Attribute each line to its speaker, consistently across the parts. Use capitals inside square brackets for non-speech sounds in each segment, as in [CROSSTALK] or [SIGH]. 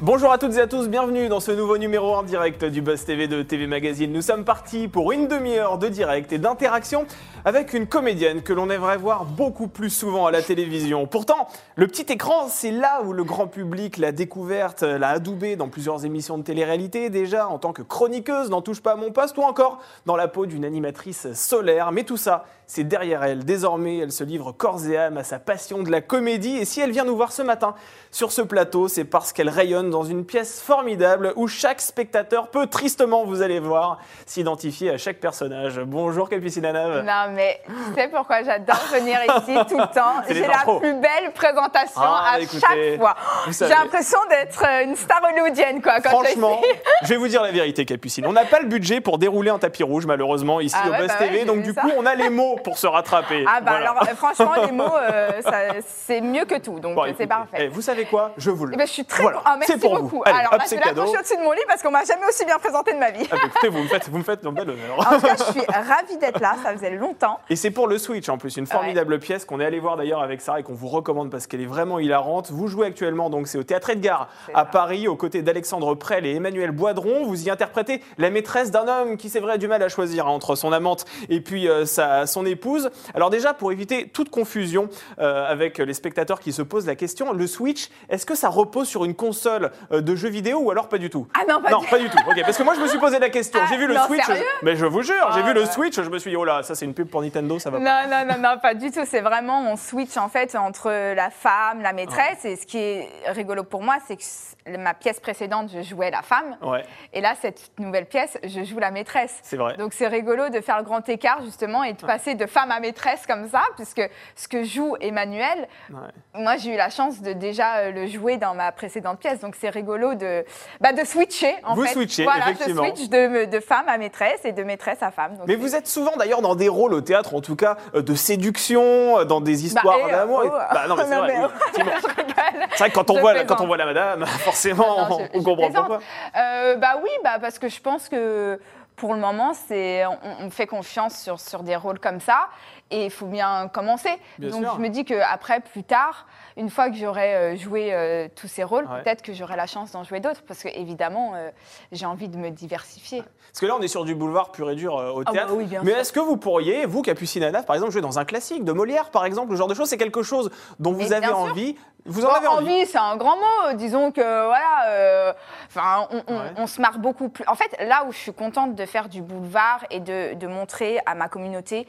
Speaker 1: Bonjour à toutes et à tous, bienvenue dans ce nouveau numéro en direct du Buzz TV de TV Magazine. Nous sommes partis pour une demi-heure de direct et d'interaction avec une comédienne que l'on aimerait voir beaucoup plus souvent à la télévision. Pourtant, le petit écran, c'est là où le grand public l'a découverte, l'a adoubée dans plusieurs émissions de télé-réalité, déjà en tant que chroniqueuse n'en Touche pas à mon poste ou encore dans la peau d'une animatrice solaire. Mais tout ça, c'est derrière elle. Désormais, elle se livre corps et âme à sa passion de la comédie. Et si elle vient nous voir ce matin sur ce plateau, c'est parce qu'elle rayonne dans une pièce formidable où chaque spectateur peut tristement, vous allez voir, s'identifier à chaque personnage. Bonjour Capucine Nave.
Speaker 2: Non, mais tu sais pourquoi j'adore venir
Speaker 1: [LAUGHS]
Speaker 2: ici tout le temps
Speaker 1: C'est les
Speaker 2: J'ai la
Speaker 1: intros.
Speaker 2: plus belle présentation
Speaker 1: Ah,
Speaker 2: à
Speaker 1: écoutez,
Speaker 2: chaque fois.
Speaker 1: vous
Speaker 2: J'ai
Speaker 1: savez.
Speaker 2: l'impression d'être euh, une star hollywoodienne, quoi. Quand je
Speaker 1: Franchement,
Speaker 2: suis- [LAUGHS]
Speaker 1: je vais vous dire la vérité, Capucine. On n'a pas le budget pour dérouler un tapis rouge, malheureusement, ici
Speaker 2: Ah
Speaker 1: au
Speaker 2: ouais,
Speaker 1: Buzz
Speaker 2: bah ouais,
Speaker 1: TV.
Speaker 2: j'ai
Speaker 1: donc,
Speaker 2: vu
Speaker 1: du
Speaker 2: ça.
Speaker 1: coup, on a les mots pour se rattraper.
Speaker 2: Ah, bah
Speaker 1: Voilà.
Speaker 2: alors, euh, franchement, les mots,
Speaker 1: [LAUGHS]
Speaker 2: euh, ça- c'est mieux que tout. Donc,
Speaker 1: Bon,
Speaker 2: euh, c'est
Speaker 1: écoutez, eh,
Speaker 2: parfait.
Speaker 1: vous savez quoi Je vous le.
Speaker 2: Eh ben, je suis très.
Speaker 1: Voilà,
Speaker 2: con- Ah, merci
Speaker 1: c'est pour
Speaker 2: beaucoup.
Speaker 1: Vous. Allez,
Speaker 2: alors,
Speaker 1: hop,
Speaker 2: là, je
Speaker 1: c'est
Speaker 2: suis là,
Speaker 1: cadeau.
Speaker 2: je suis au-dessus de mon lit parce qu'on m'a jamais aussi bien présenté de ma vie.
Speaker 1: Ah, bah, écoutez, vous me faites, vous me faites un bel honneur.
Speaker 2: En tout cas, je suis ravie d'être là. Ça faisait longtemps.
Speaker 1: Et c'est pour le Switch en
Speaker 2: Ah
Speaker 1: plus, une formidable pièce qu'on est allé voir d'ailleurs avec Sarah et qu'on vous recommande parce qu'elle est vraiment hilarante. Vous jouez actuellement, donc c'est au Théâtre Edgar
Speaker 2: C'est
Speaker 1: à
Speaker 2: ça.
Speaker 1: Paris, aux côtés d'Alexandre Prel et Emmanuel Boidron. Vous y interprétez la maîtresse d'un homme qui, c'est vrai, a du mal à choisir hein, entre son amante et puis euh, sa, son épouse. Alors déjà, pour éviter toute confusion euh, avec les spectateurs qui se posent la question, le Switch, est-ce que ça repose sur une console euh, de jeux vidéo ou alors pas du tout
Speaker 2: Ah non, pas
Speaker 1: non,
Speaker 2: du
Speaker 1: pas du tout. Ok, parce que moi je me suis posé la question.
Speaker 2: Ah,
Speaker 1: j'ai vu le
Speaker 2: non,
Speaker 1: Switch.
Speaker 2: sérieux
Speaker 1: mais je vous jure, j'ai
Speaker 2: Ah,
Speaker 1: vu le
Speaker 2: ouais.
Speaker 1: Switch. Je me suis dit oh là, ça c'est une pub pour Nintendo, ça va pas.
Speaker 2: Non, non, non, non, pas du tout. C'est vraiment, on switch en fait entre la femme, la maîtresse.
Speaker 1: Ah.
Speaker 2: Et ce qui est rigolo pour moi, c'est que s- ma pièce précédente, je jouais la femme.
Speaker 1: Ouais,
Speaker 2: Et là, cette nouvelle pièce, je joue la maîtresse.
Speaker 1: c'est vrai.
Speaker 2: Donc c'est rigolo de faire le grand écart justement et de passer de femme à maîtresse comme ça, puisque ce que joue Emmanuel,
Speaker 1: Ouais.
Speaker 2: moi j'ai eu la chance de déjà euh, le jouer dans ma précédente pièce, donc c'est rigolo de, bah, de switcher en
Speaker 1: Vous
Speaker 2: fait.
Speaker 1: switchez,
Speaker 2: voilà,
Speaker 1: effectivement.
Speaker 2: je switch de, de femme à maîtresse et de maîtresse à femme. Donc
Speaker 1: Mais
Speaker 2: c'est-
Speaker 1: vous êtes souvent d'ailleurs dans des rôles au théâtre, en tout cas euh, de séduction, euh, dans des histoires
Speaker 2: eh,
Speaker 1: d'amour.
Speaker 2: oh,
Speaker 1: Bah,
Speaker 2: [LAUGHS]
Speaker 1: non, mais c'est
Speaker 2: non,
Speaker 1: vrai.
Speaker 2: mais-
Speaker 1: oui, effectivement.
Speaker 2: Je rigole.
Speaker 1: C'est vrai que quand on,
Speaker 2: Je
Speaker 1: voit, la-
Speaker 2: plaisante.
Speaker 1: quand on voit la madame, [LAUGHS] forcément,
Speaker 2: Non, non, je-
Speaker 1: on
Speaker 2: je
Speaker 1: comprend
Speaker 2: plaisante.
Speaker 1: pourquoi.
Speaker 2: Euh, bah oui, bah parce que je pense que pour le moment, c'est on, on fait confiance sur, sur des rôles comme ça et il faut bien commencer.
Speaker 1: Bien
Speaker 2: Donc
Speaker 1: sûr.
Speaker 2: je me dis que après, plus tard, une fois que j'aurai euh, joué euh, tous ces rôles,
Speaker 1: Ouais.
Speaker 2: peut-être que j'aurai la chance d'en jouer d'autres parce que évidemment, euh, j'ai envie de me diversifier.
Speaker 1: Parce que là, on est sur du boulevard pur et dur euh, au
Speaker 2: Ah,
Speaker 1: théâtre.
Speaker 2: bah oui, bien
Speaker 1: mais
Speaker 2: sûr.
Speaker 1: est-ce que vous pourriez, vous, Capucine Anaf, par exemple, jouer dans un classique de Molière, par exemple, le genre de choses C'est quelque chose dont vous
Speaker 2: Mais
Speaker 1: avez
Speaker 2: bien sûr. Bah,
Speaker 1: envie Vous en
Speaker 2: Bon,
Speaker 1: avez envie,
Speaker 2: c'est un grand mot. Disons que voilà, euh, enfin, on, on-
Speaker 1: Ouais.
Speaker 2: on se marre beaucoup plus. En fait, là où je suis contente de faire du boulevard et de, de montrer à ma communauté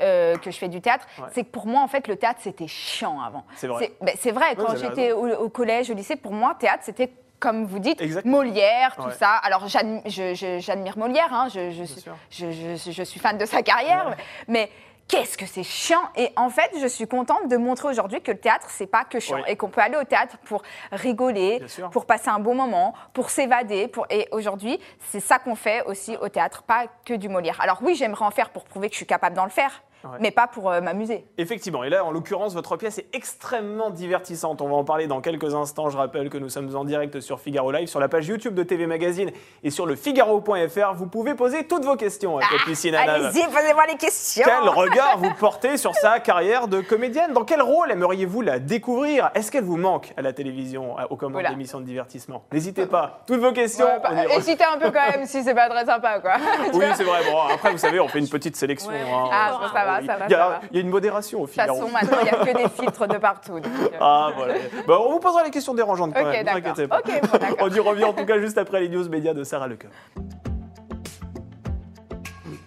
Speaker 2: euh, que je fais du théâtre,
Speaker 1: Ouais.
Speaker 2: c'est que pour moi, en fait, le théâtre c'était chiant avant.
Speaker 1: C'est vrai.
Speaker 2: C'est ben, c'est vrai.
Speaker 1: vous
Speaker 2: Quand
Speaker 1: avez
Speaker 2: j'étais au, au collège, au lycée, pour moi, théâtre c'était comme vous dites,
Speaker 1: Exact.
Speaker 2: Molière, tout
Speaker 1: Ouais.
Speaker 2: ça. Alors j'admi- je- je- j'admire Molière, hein, je, je suis,
Speaker 1: sûr.
Speaker 2: je, je- je suis fan de sa carrière, mais qu'est-ce que c'est chiant Et en fait, je suis contente de montrer aujourd'hui que le théâtre, c'est pas que chiant
Speaker 1: Oui.
Speaker 2: et qu'on peut aller au théâtre pour rigoler,
Speaker 1: Bien sûr.
Speaker 2: pour passer un bon moment, pour s'évader. Pour... Et aujourd'hui, c'est ça qu'on fait aussi au théâtre, pas que du Molière. Alors oui, j'aimerais en faire pour prouver que je suis capable d'en le faire,
Speaker 1: Ouais.
Speaker 2: mais pas pour euh, m'amuser.
Speaker 1: Effectivement, et là en l'occurrence votre pièce est extrêmement divertissante, on va en parler dans quelques instants, je rappelle que nous sommes en direct sur Figaro Live, sur la page YouTube de TV Magazine et sur le figaro.fr, vous pouvez poser toutes vos questions à Capucine Anna.
Speaker 2: Ah, Allez-y, hein. posez-moi les questions. [LAUGHS]
Speaker 1: Quel regard vous portez sur sa carrière de comédienne Dans quel rôle aimeriez-vous la découvrir Est-ce qu'elle vous manque à la télévision, à- aux commandes
Speaker 2: Oula.
Speaker 1: d'émissions de divertissement N'hésitez pas, toutes vos questions.
Speaker 2: Ouais, bah,
Speaker 1: on y
Speaker 2: pas-
Speaker 1: re-
Speaker 2: Hésitez un peu quand même si c'est pas très sympa,
Speaker 1: [LAUGHS]
Speaker 2: quoi.
Speaker 1: oui, c'est vrai. Bon, après, vous savez, on fait une petite sélection.
Speaker 3: Ouais,
Speaker 1: hein.
Speaker 2: Ah, ça, ça va,
Speaker 1: Il y
Speaker 2: ça
Speaker 1: a-
Speaker 2: va,
Speaker 1: Il y,
Speaker 2: ça
Speaker 1: a,
Speaker 2: va.
Speaker 1: une modération au
Speaker 2: De toute
Speaker 1: Figaro.
Speaker 2: façon, maintenant, il n'y a que des filtres de partout. donc, euh,
Speaker 1: Ah voilà. Bah, on vous posera les questions dérangeantes quand
Speaker 2: Ok,
Speaker 1: même, Ah, ne vous
Speaker 2: d'accord.
Speaker 1: inquiétez pas.
Speaker 2: Ok, bon, d'accord.
Speaker 1: on y revient en tout cas juste après les news médias de Sarah Lecoeur.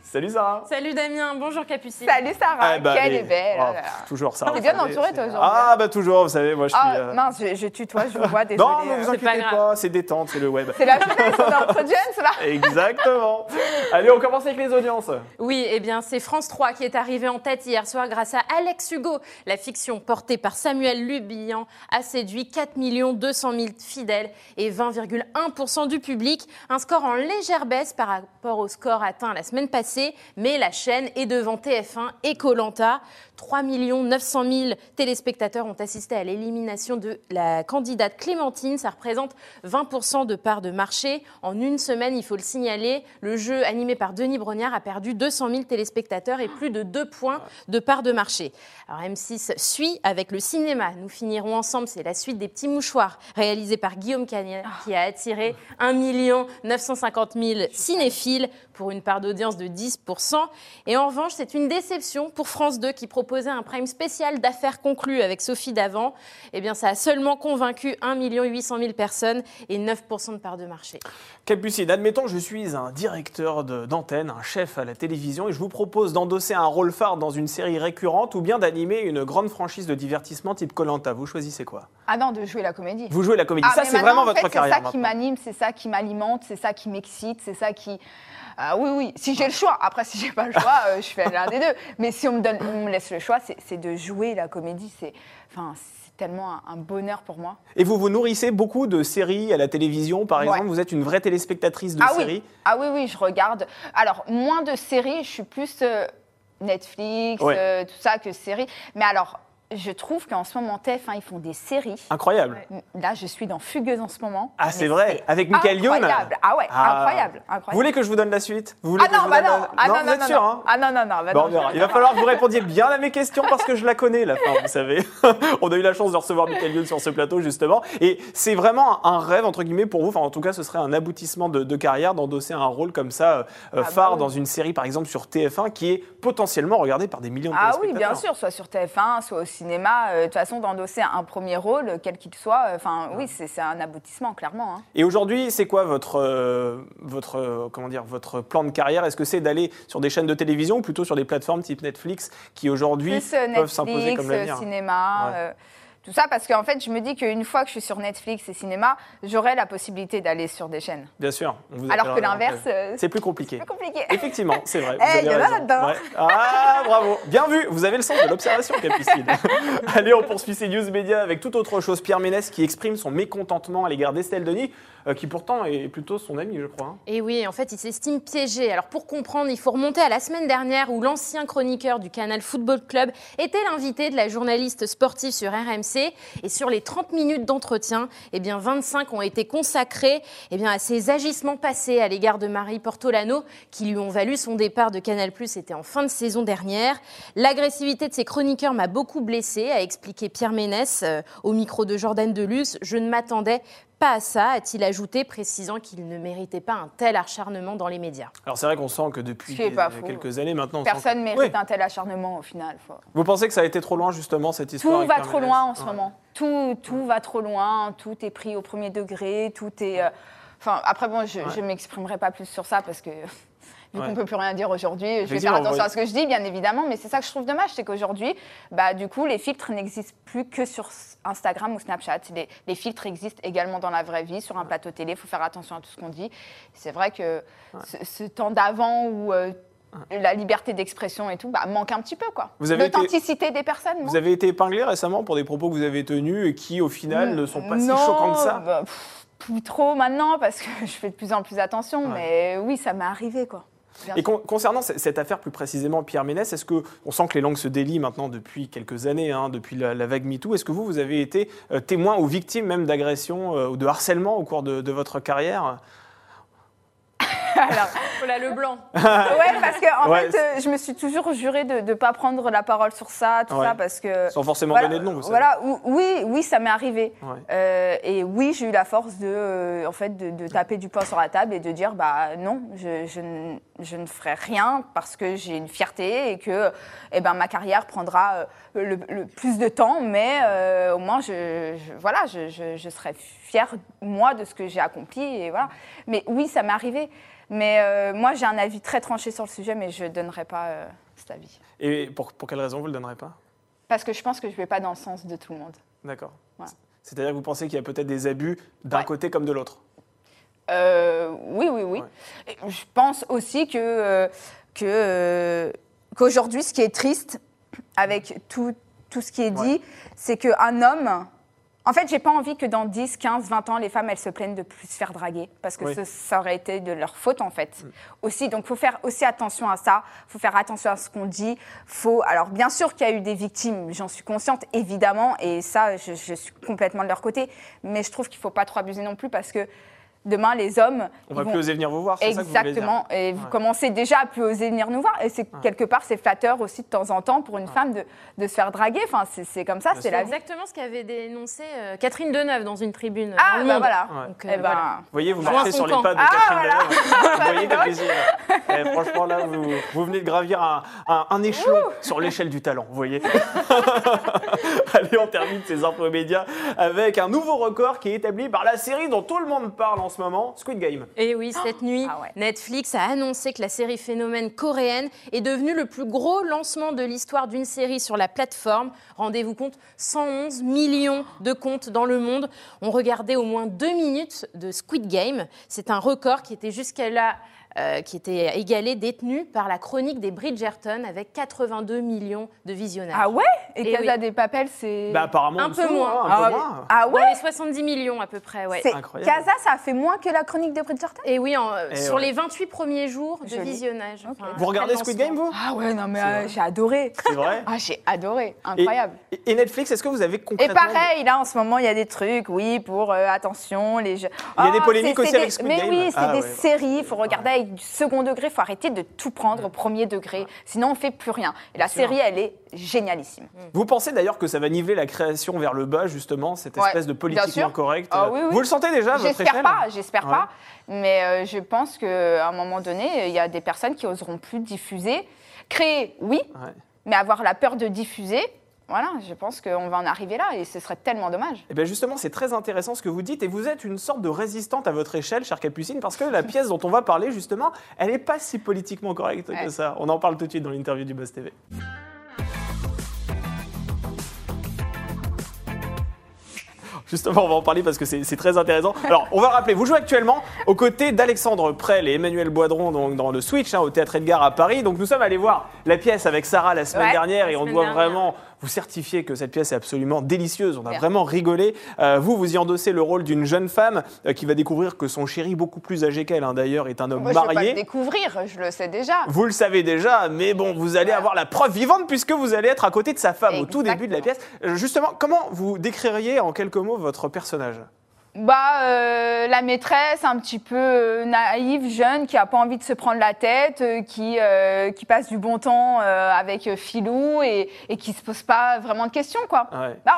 Speaker 1: Salut Sarah
Speaker 3: Salut Damien, bonjour Capucine.
Speaker 2: Salut Sarah,
Speaker 1: Eh bah,
Speaker 2: quelle
Speaker 1: allez.
Speaker 2: est belle.
Speaker 1: Ah,
Speaker 2: alors.
Speaker 1: pff, toujours Sarah.
Speaker 2: T'es
Speaker 1: vous
Speaker 2: bien
Speaker 1: savez,
Speaker 2: entourée,
Speaker 1: c'est-
Speaker 2: toi, aujourd'hui. hein.
Speaker 1: Ah bah toujours, vous savez, moi je suis...
Speaker 2: Ah,
Speaker 1: euh,
Speaker 2: mince, je, je tutoie, je vous
Speaker 1: [LAUGHS]
Speaker 2: vois, désolée.
Speaker 1: non, mais vous
Speaker 2: euh.
Speaker 3: C'est pas
Speaker 1: inquiétez
Speaker 3: grave.
Speaker 1: pas, c'est détente, c'est le web. [LAUGHS]
Speaker 2: C'est la jeunesse, on est entre jeunes, là.
Speaker 1: Exactement. Allez, on commence avec les audiences.
Speaker 3: Oui, eh bien, c'est France 3 qui est arrivé en tête hier soir grâce à Alex Hugo. La fiction portée par Samuel Lubian a séduit 4 200 000 fidèles et 20,1% du public. Un score en légère baisse par rapport au score atteint la semaine passée, mais la chaîne est devant TF1 et Colanta. 3 900 000 téléspectateurs ont assisté à l'élimination de la candidate Clémentine. Ça représente 20 de part de marché. En une semaine, il faut le signaler, le jeu animé par Denis Brognard a perdu 200 000 téléspectateurs et plus de 2 points de part de marché. Alors M6 suit avec le cinéma. Nous finirons ensemble. C'est la suite des petits mouchoirs réalisés par Guillaume Canet qui a attiré 1 950 000 cinéphiles pour une part d'audience de 10 Et en revanche, c'est une déception pour France 2 qui proposait un prime spécial d'affaires conclues avec Sophie Davant. Eh bien, ça a seulement convaincu 1 800 000 personnes et 9 de part de marché.
Speaker 1: Capucine, admettons, je suis un directeur de- d'antenne, un chef à la télévision, et je vous propose d'endosser un rôle phare dans une série récurrente ou bien d'animer une grande franchise de divertissement type Colanta. Vous choisissez quoi
Speaker 2: Ah non, de jouer la comédie.
Speaker 1: Vous jouez la comédie.
Speaker 2: Ah,
Speaker 1: ça,
Speaker 2: mais
Speaker 1: c'est
Speaker 2: maintenant,
Speaker 1: vraiment
Speaker 2: en
Speaker 1: votre
Speaker 2: fait,
Speaker 1: carrière.
Speaker 2: C'est ça qui
Speaker 1: maintenant.
Speaker 2: m'anime, c'est ça qui m'alimente, c'est ça qui m'excite, c'est ça qui. Ah oui, oui, si j'ai le choix. Après, si j'ai pas le choix, euh, je fais l'un des deux. Mais si on me, donne, on me laisse le choix, c'est c'est de jouer la comédie. C'est enfin, c'est tellement un, un bonheur pour moi.
Speaker 1: Et vous vous nourrissez beaucoup de séries à la télévision, par
Speaker 2: Ouais.
Speaker 1: exemple. Vous êtes une vraie téléspectatrice de
Speaker 2: ah, oui.
Speaker 1: séries.
Speaker 2: ah oui, oui, je regarde. Alors, moins de séries, je suis plus euh, Netflix,
Speaker 1: Ouais.
Speaker 2: euh, tout ça, que séries. Mais alors, je trouve qu'en ce moment, TF1, ils font des séries.
Speaker 1: Incroyable.
Speaker 2: Là, je suis dans Fugueuse en ce moment.
Speaker 1: Ah,
Speaker 2: Mais
Speaker 1: c'est vrai. Avec Michael Youn.
Speaker 2: Incroyable. Ah ouais,
Speaker 1: Ah.
Speaker 2: incroyable. incroyable.
Speaker 1: Vous voulez que je vous donne la suite Vous voulez
Speaker 2: Ah
Speaker 1: que je
Speaker 2: non,
Speaker 1: vous
Speaker 2: bah
Speaker 1: donne
Speaker 2: non.
Speaker 1: la-
Speaker 2: Ah non,
Speaker 1: vous êtes
Speaker 2: non,
Speaker 1: sûr,
Speaker 2: non.
Speaker 1: hein
Speaker 2: Ah non, non, non. bah
Speaker 1: Bon,
Speaker 2: non,
Speaker 1: on
Speaker 2: je-
Speaker 1: verra. Il va falloir que vous répondiez bien à mes questions parce que je la connais, la fin, vous savez. [LAUGHS] on a eu la chance de recevoir Michael Youn sur ce plateau, justement. Et c'est vraiment un rêve, entre guillemets, pour vous. Enfin, en tout cas, ce serait un aboutissement de, de carrière d'endosser un rôle comme ça, euh, euh,
Speaker 2: Ah
Speaker 1: phare,
Speaker 2: bah oui.
Speaker 1: dans une série, par exemple, sur TF1, qui est potentiellement regardée par des millions de
Speaker 2: Ah oui,
Speaker 1: téléspectateurs.
Speaker 2: bien sûr, soit sur TF1, soit au cinéma. euh, De toute façon, d'endosser un premier rôle, quel qu'il soit, euh, enfin oui, c'est c'est un aboutissement, clairement. hein.
Speaker 1: Et aujourd'hui, c'est quoi votre, euh, votre, euh, comment dire, votre plan de carrière Est-ce que c'est d'aller sur des chaînes de télévision ou plutôt sur des plateformes type Netflix qui aujourd'hui
Speaker 2: Plus euh,
Speaker 1: peuvent s'imposer
Speaker 2: Netflix,
Speaker 1: comme l'avenir
Speaker 2: euh, cinéma,
Speaker 1: Ouais.
Speaker 2: euh, tout ça, parce qu'en fait, je me dis qu'une fois que je suis sur Netflix et cinéma, j'aurai la possibilité d'aller sur des chaînes.
Speaker 1: Bien sûr. on vous
Speaker 2: Alors que
Speaker 1: appellera
Speaker 2: l'inverse,
Speaker 1: après.
Speaker 2: euh,
Speaker 1: c'est plus compliqué.
Speaker 2: C'est compliqué.
Speaker 1: Effectivement, c'est vrai.
Speaker 2: Eh,
Speaker 1: vous avez
Speaker 2: il y en a
Speaker 1: raison.
Speaker 2: là-dedans.
Speaker 1: Ah, bravo. Bien vu. Vous avez le sens de l'observation,
Speaker 2: [LAUGHS]
Speaker 1: Capucine. Allez, on poursuit ces news médias avec toute autre chose. Pierre Ménès qui exprime son mécontentement à l'égard d'Estelle Denis, euh, qui pourtant est plutôt son ami, je crois. hein.
Speaker 3: Et oui, en fait, il s'estime piégé. Alors pour comprendre, il faut remonter à la semaine dernière où l'ancien chroniqueur du canal Football Club était l'invité de la journaliste sportive sur RMC. Et sur les 30 minutes d'entretien, eh bien 25 ont été consacrés eh bien, à ses agissements passés à l'égard de Marie Portolano qui lui ont valu son départ de Canal+. C'était en fin de saison dernière. L'agressivité de ses chroniqueurs m'a beaucoup blessé, a expliqué Pierre Ménès euh, au micro de Jordan Deluxe. Je ne m'attendais pas à ça, a-t-il ajouté, précisant qu'il ne méritait pas un tel acharnement dans les médias.
Speaker 1: Alors, c'est vrai qu'on sent que depuis
Speaker 2: Ce qui est
Speaker 1: des-
Speaker 2: pas faux.
Speaker 1: quelques années maintenant. on sent
Speaker 2: Personne
Speaker 1: que-
Speaker 2: ne mérite
Speaker 1: Oui.
Speaker 2: un tel acharnement au final. faut-
Speaker 1: Vous pensez que ça a été trop loin, justement, cette histoire
Speaker 2: Tout
Speaker 1: avec
Speaker 2: va
Speaker 1: Pierre
Speaker 2: trop
Speaker 1: Ménès
Speaker 2: loin en ce
Speaker 1: Ouais.
Speaker 2: moment. Tout, tout va trop loin. Tout est pris au premier degré. Tout est. euh, Enfin, après, bon, je ne m'exprimerai pas plus sur ça parce que. [LAUGHS] Vu
Speaker 1: Ouais.
Speaker 2: qu'on ne peut plus rien dire aujourd'hui, je vais
Speaker 1: Effectivement,
Speaker 2: faire attention
Speaker 1: ouais.
Speaker 2: à ce que je dis, bien évidemment, mais c'est ça que je trouve dommage, c'est qu'aujourd'hui, bah, du coup, les filtres n'existent plus que sur Instagram ou Snapchat. Les, les filtres existent également dans la vraie vie, sur un plateau télé, il faut faire attention à tout ce qu'on dit. C'est vrai que ce, ce temps d'avant où euh, la liberté d'expression et tout bah, manque un petit peu, quoi.
Speaker 1: Vous avez été-
Speaker 2: L'authenticité des personnes. manque.
Speaker 1: Vous avez été épinglé récemment pour des propos que vous avez tenus et qui, au final, ne sont pas si choquants que ça.
Speaker 2: bah, pff, plus trop maintenant parce que [LAUGHS] je fais de plus en plus attention, mais oui, ça m'est arrivé quoi. Bien
Speaker 1: Et
Speaker 2: sûr.
Speaker 1: con- concernant ce- cette affaire plus précisément, Pierre Ménès, est-ce que on sent que les langues se délient maintenant depuis quelques années, hein, depuis la, la vague MeToo Est-ce que vous, vous avez été euh, témoin ou victime même d'agressions euh, ou de harcèlement au cours de, de votre carrière
Speaker 2: Alors,
Speaker 3: Voilà le blanc.
Speaker 2: ouais, parce que en
Speaker 1: Ah. [LAUGHS] Ouais,
Speaker 2: fait, euh, je me suis toujours juré de ne pas prendre la parole sur ça, tout
Speaker 1: Ouais.
Speaker 2: ça, parce que.
Speaker 1: Sans forcément
Speaker 2: Voilà,
Speaker 1: donner de nom, vous savez.
Speaker 2: voilà, ou- oui, oui, ça m'est arrivé.
Speaker 1: Ouais.
Speaker 2: Euh, et oui, j'ai eu la force de, euh, en fait, de, de taper du poing sur la table et de dire, bah non, je, je ne- je ne ferai rien parce que j'ai une fierté et que, eh ben, ma carrière prendra euh, le, le plus de temps, mais euh, au moins, je, je- voilà, je, je- je serai fière moi de ce que j'ai accompli et voilà. Mais oui, ça m'est arrivé. Mais euh, moi, j'ai un avis très tranché sur le sujet, mais je donnerai pas euh, cet avis
Speaker 1: Et pour, pour quelle raison vous le donnerez pas
Speaker 2: parce que je pense que je vais pas dans le sens de tout le monde.
Speaker 1: D'accord.
Speaker 2: Voilà.
Speaker 1: C'est-à-dire que vous pensez qu'il y a peut-être des abus d'un
Speaker 2: Ouais.
Speaker 1: côté comme de l'autre
Speaker 2: Euh, oui, oui, oui. Et Je pense aussi que, euh, que, euh, qu'aujourd'hui, ce qui est triste avec tout, tout ce qui est dit,
Speaker 1: Ouais.
Speaker 2: c'est qu'un homme, En fait, j'ai pas envie que dans 10, 15, 20 ans, les femmes, elles se plaignent de plus se faire draguer, parce que
Speaker 1: Oui. Mm.
Speaker 2: ce- ça aurait été de leur faute, en fait. Aussi, donc faut faire aussi attention à ça, faut faire attention à ce qu'on dit. Faut... Alors, bien sûr qu'il y a eu des victimes, j'en suis consciente, évidemment, et ça, je, je suis complètement de leur côté, mais je trouve qu'il faut pas trop abuser non plus, parce que demain, les hommes...
Speaker 1: On
Speaker 2: ils
Speaker 1: va
Speaker 2: vont-
Speaker 1: plus oser venir vous voir, c'est ça que vous voulez dire
Speaker 2: Exactement. et vous
Speaker 1: Ouais.
Speaker 2: commencez déjà à plus oser venir nous voir. Et c'est quelque part, c'est flatteur aussi de temps en temps pour une femme de, de se faire draguer. Enfin, c'est- c'est comme ça, c'est
Speaker 3: C'est
Speaker 2: la vie.
Speaker 3: exactement ce qu'avait dénoncé euh, Catherine Deneuve dans une tribune. euh, dans
Speaker 2: Ah,
Speaker 3: le
Speaker 2: bah
Speaker 3: monde.
Speaker 2: voilà.
Speaker 1: Ouais.
Speaker 3: Donc,
Speaker 2: Eh
Speaker 3: euh,
Speaker 2: ben,
Speaker 3: voilà.
Speaker 1: Vous voyez, vous
Speaker 3: Jouons
Speaker 1: marchez
Speaker 3: son
Speaker 1: sur les
Speaker 3: camp.
Speaker 1: pattes de
Speaker 2: Ah,
Speaker 1: Catherine
Speaker 2: voilà.
Speaker 1: Deneuve. Vous voyez, quel plaisir. Eh, franchement, là, vous, vous venez de gravir un, un- un échelon sur l'échelle du talent, vous voyez. [LAUGHS] Allez, on termine ces infos médias avec un nouveau record qui est établi par la série dont tout le monde parle en ce moment, Squid Game.
Speaker 3: Et Eh oui,
Speaker 2: [GASPS]
Speaker 3: cette nuit,
Speaker 2: Ah ouais.
Speaker 3: Netflix a annoncé que la série phénomène coréenne est devenue le plus gros lancement de l'histoire d'une série sur la plateforme. Rendez-vous compte, 111 millions de comptes dans le monde ont regardé au moins deux minutes de Squid Game. C'est un record qui était jusqu'à là. euh, qui était égalé, détenu par la chronique des Bridgerton avec 82 millions de visionnages.
Speaker 2: Ah ouais Et,
Speaker 3: Eh
Speaker 2: Casa des Papel, c'est.
Speaker 1: Bah, apparemment,
Speaker 3: Un
Speaker 1: en
Speaker 3: peu
Speaker 1: dessous,
Speaker 3: moins.
Speaker 1: hein, un
Speaker 2: ah,
Speaker 1: peu
Speaker 2: ouais.
Speaker 1: moins.
Speaker 2: Ah ouais
Speaker 3: Dans les 70 millions à peu près, ouais.
Speaker 2: C'est-
Speaker 1: Incroyable.
Speaker 2: Casa, ça a fait moins que la chronique de Bridgerton
Speaker 3: Et oui, en- euh,
Speaker 1: Et
Speaker 3: sur
Speaker 1: Eh ouais.
Speaker 3: les 28 premiers jours de
Speaker 2: Joli.
Speaker 3: visionnage.
Speaker 2: Ok.
Speaker 1: Vous regardez Squid Game, vous
Speaker 2: Ah ouais, non, mais
Speaker 1: C'est
Speaker 2: euh,
Speaker 1: vrai.
Speaker 2: j'ai adoré.
Speaker 1: C'est vrai
Speaker 2: Ah, j'ai adoré.
Speaker 1: Et-
Speaker 2: Incroyable.
Speaker 1: Et, et Netflix, est-ce que vous avez
Speaker 2: Et
Speaker 1: concrètement...
Speaker 2: pareil, là en ce moment, il y a des trucs, oui, pour euh, attention, les jeux.
Speaker 1: Il y a des
Speaker 2: Ah,
Speaker 1: polémiques
Speaker 2: c'est-
Speaker 1: aussi
Speaker 2: c'est
Speaker 1: avec
Speaker 2: des-
Speaker 1: Squid
Speaker 2: Mais
Speaker 1: Game.
Speaker 2: oui, c'est
Speaker 1: Ah,
Speaker 2: des
Speaker 1: ouais.
Speaker 2: séries, il faut regarder avec du second degré, il faut arrêter de tout prendre au premier degré, sinon on fait plus rien. Et la
Speaker 1: sûr.
Speaker 2: série, elle est génialissime.
Speaker 1: Vous pensez d'ailleurs que ça va niveler la création vers le bas, justement, cette
Speaker 2: Ouais,
Speaker 1: espèce de
Speaker 2: bien
Speaker 1: politiquement
Speaker 2: sûr.
Speaker 1: correct
Speaker 2: Ah oui, oui.
Speaker 1: Vous le sentez déjà à votre
Speaker 2: J'espère
Speaker 1: échelle hein.
Speaker 2: pas, j'espère
Speaker 1: Ouais.
Speaker 2: pas, mais euh, je pense qu'à un moment donné, il y a des personnes qui oseront plus diffuser. Créer, oui,
Speaker 1: Ouais.
Speaker 2: mais avoir la peur de diffuser, voilà, je pense qu'on va en arriver là et ce serait tellement dommage.
Speaker 1: Eh bien justement, c'est très intéressant ce que vous dites et vous êtes une sorte de résistante à votre échelle, chère Capucine, parce que
Speaker 3: [LAUGHS]
Speaker 1: la pièce dont on va parler justement, elle n'est pas si politiquement correcte que
Speaker 2: Ouais.
Speaker 1: ça. On en parle tout de suite dans l'interview du Buzz TV. Justement, on va en parler parce que c'est c'est très intéressant. Alors, on va rappeler, vous jouez actuellement aux côtés d'Alexandre Prel et Emmanuel Boidron donc, dans le Switch hein, au Théâtre Edgar à Paris. Donc, nous sommes allés voir la pièce avec Sarah la semaine
Speaker 2: Ouais,
Speaker 1: dernière
Speaker 3: la
Speaker 1: et on
Speaker 3: semaine
Speaker 1: doit
Speaker 3: dernière.
Speaker 1: vraiment vous certifier que cette pièce est absolument délicieuse. On a
Speaker 2: Super.
Speaker 1: vraiment rigolé. Euh, vous, vous y endossez le rôle d'une jeune femme euh, qui va découvrir que son chéri, beaucoup plus âgé qu'elle hein, d'ailleurs, est un homme
Speaker 2: Moi, je ne vais pas le
Speaker 1: marié.
Speaker 2: découvrir, je le sais déjà.
Speaker 1: Vous le savez déjà, mais bon, vous allez avoir la preuve vivante puisque vous allez être à côté de sa femme au tout
Speaker 2: Exactement.
Speaker 1: début de la pièce. Euh, Justement, comment vous décririez en quelques mots votre personnage
Speaker 2: Bah, euh, la maîtresse, un petit peu euh, naïve, jeune, qui a pas envie de se prendre la tête, euh, qui, euh, qui passe du bon temps euh, avec euh, Filou et, et qui se pose pas vraiment de questions, quoi.
Speaker 1: Ouais.
Speaker 2: Bah,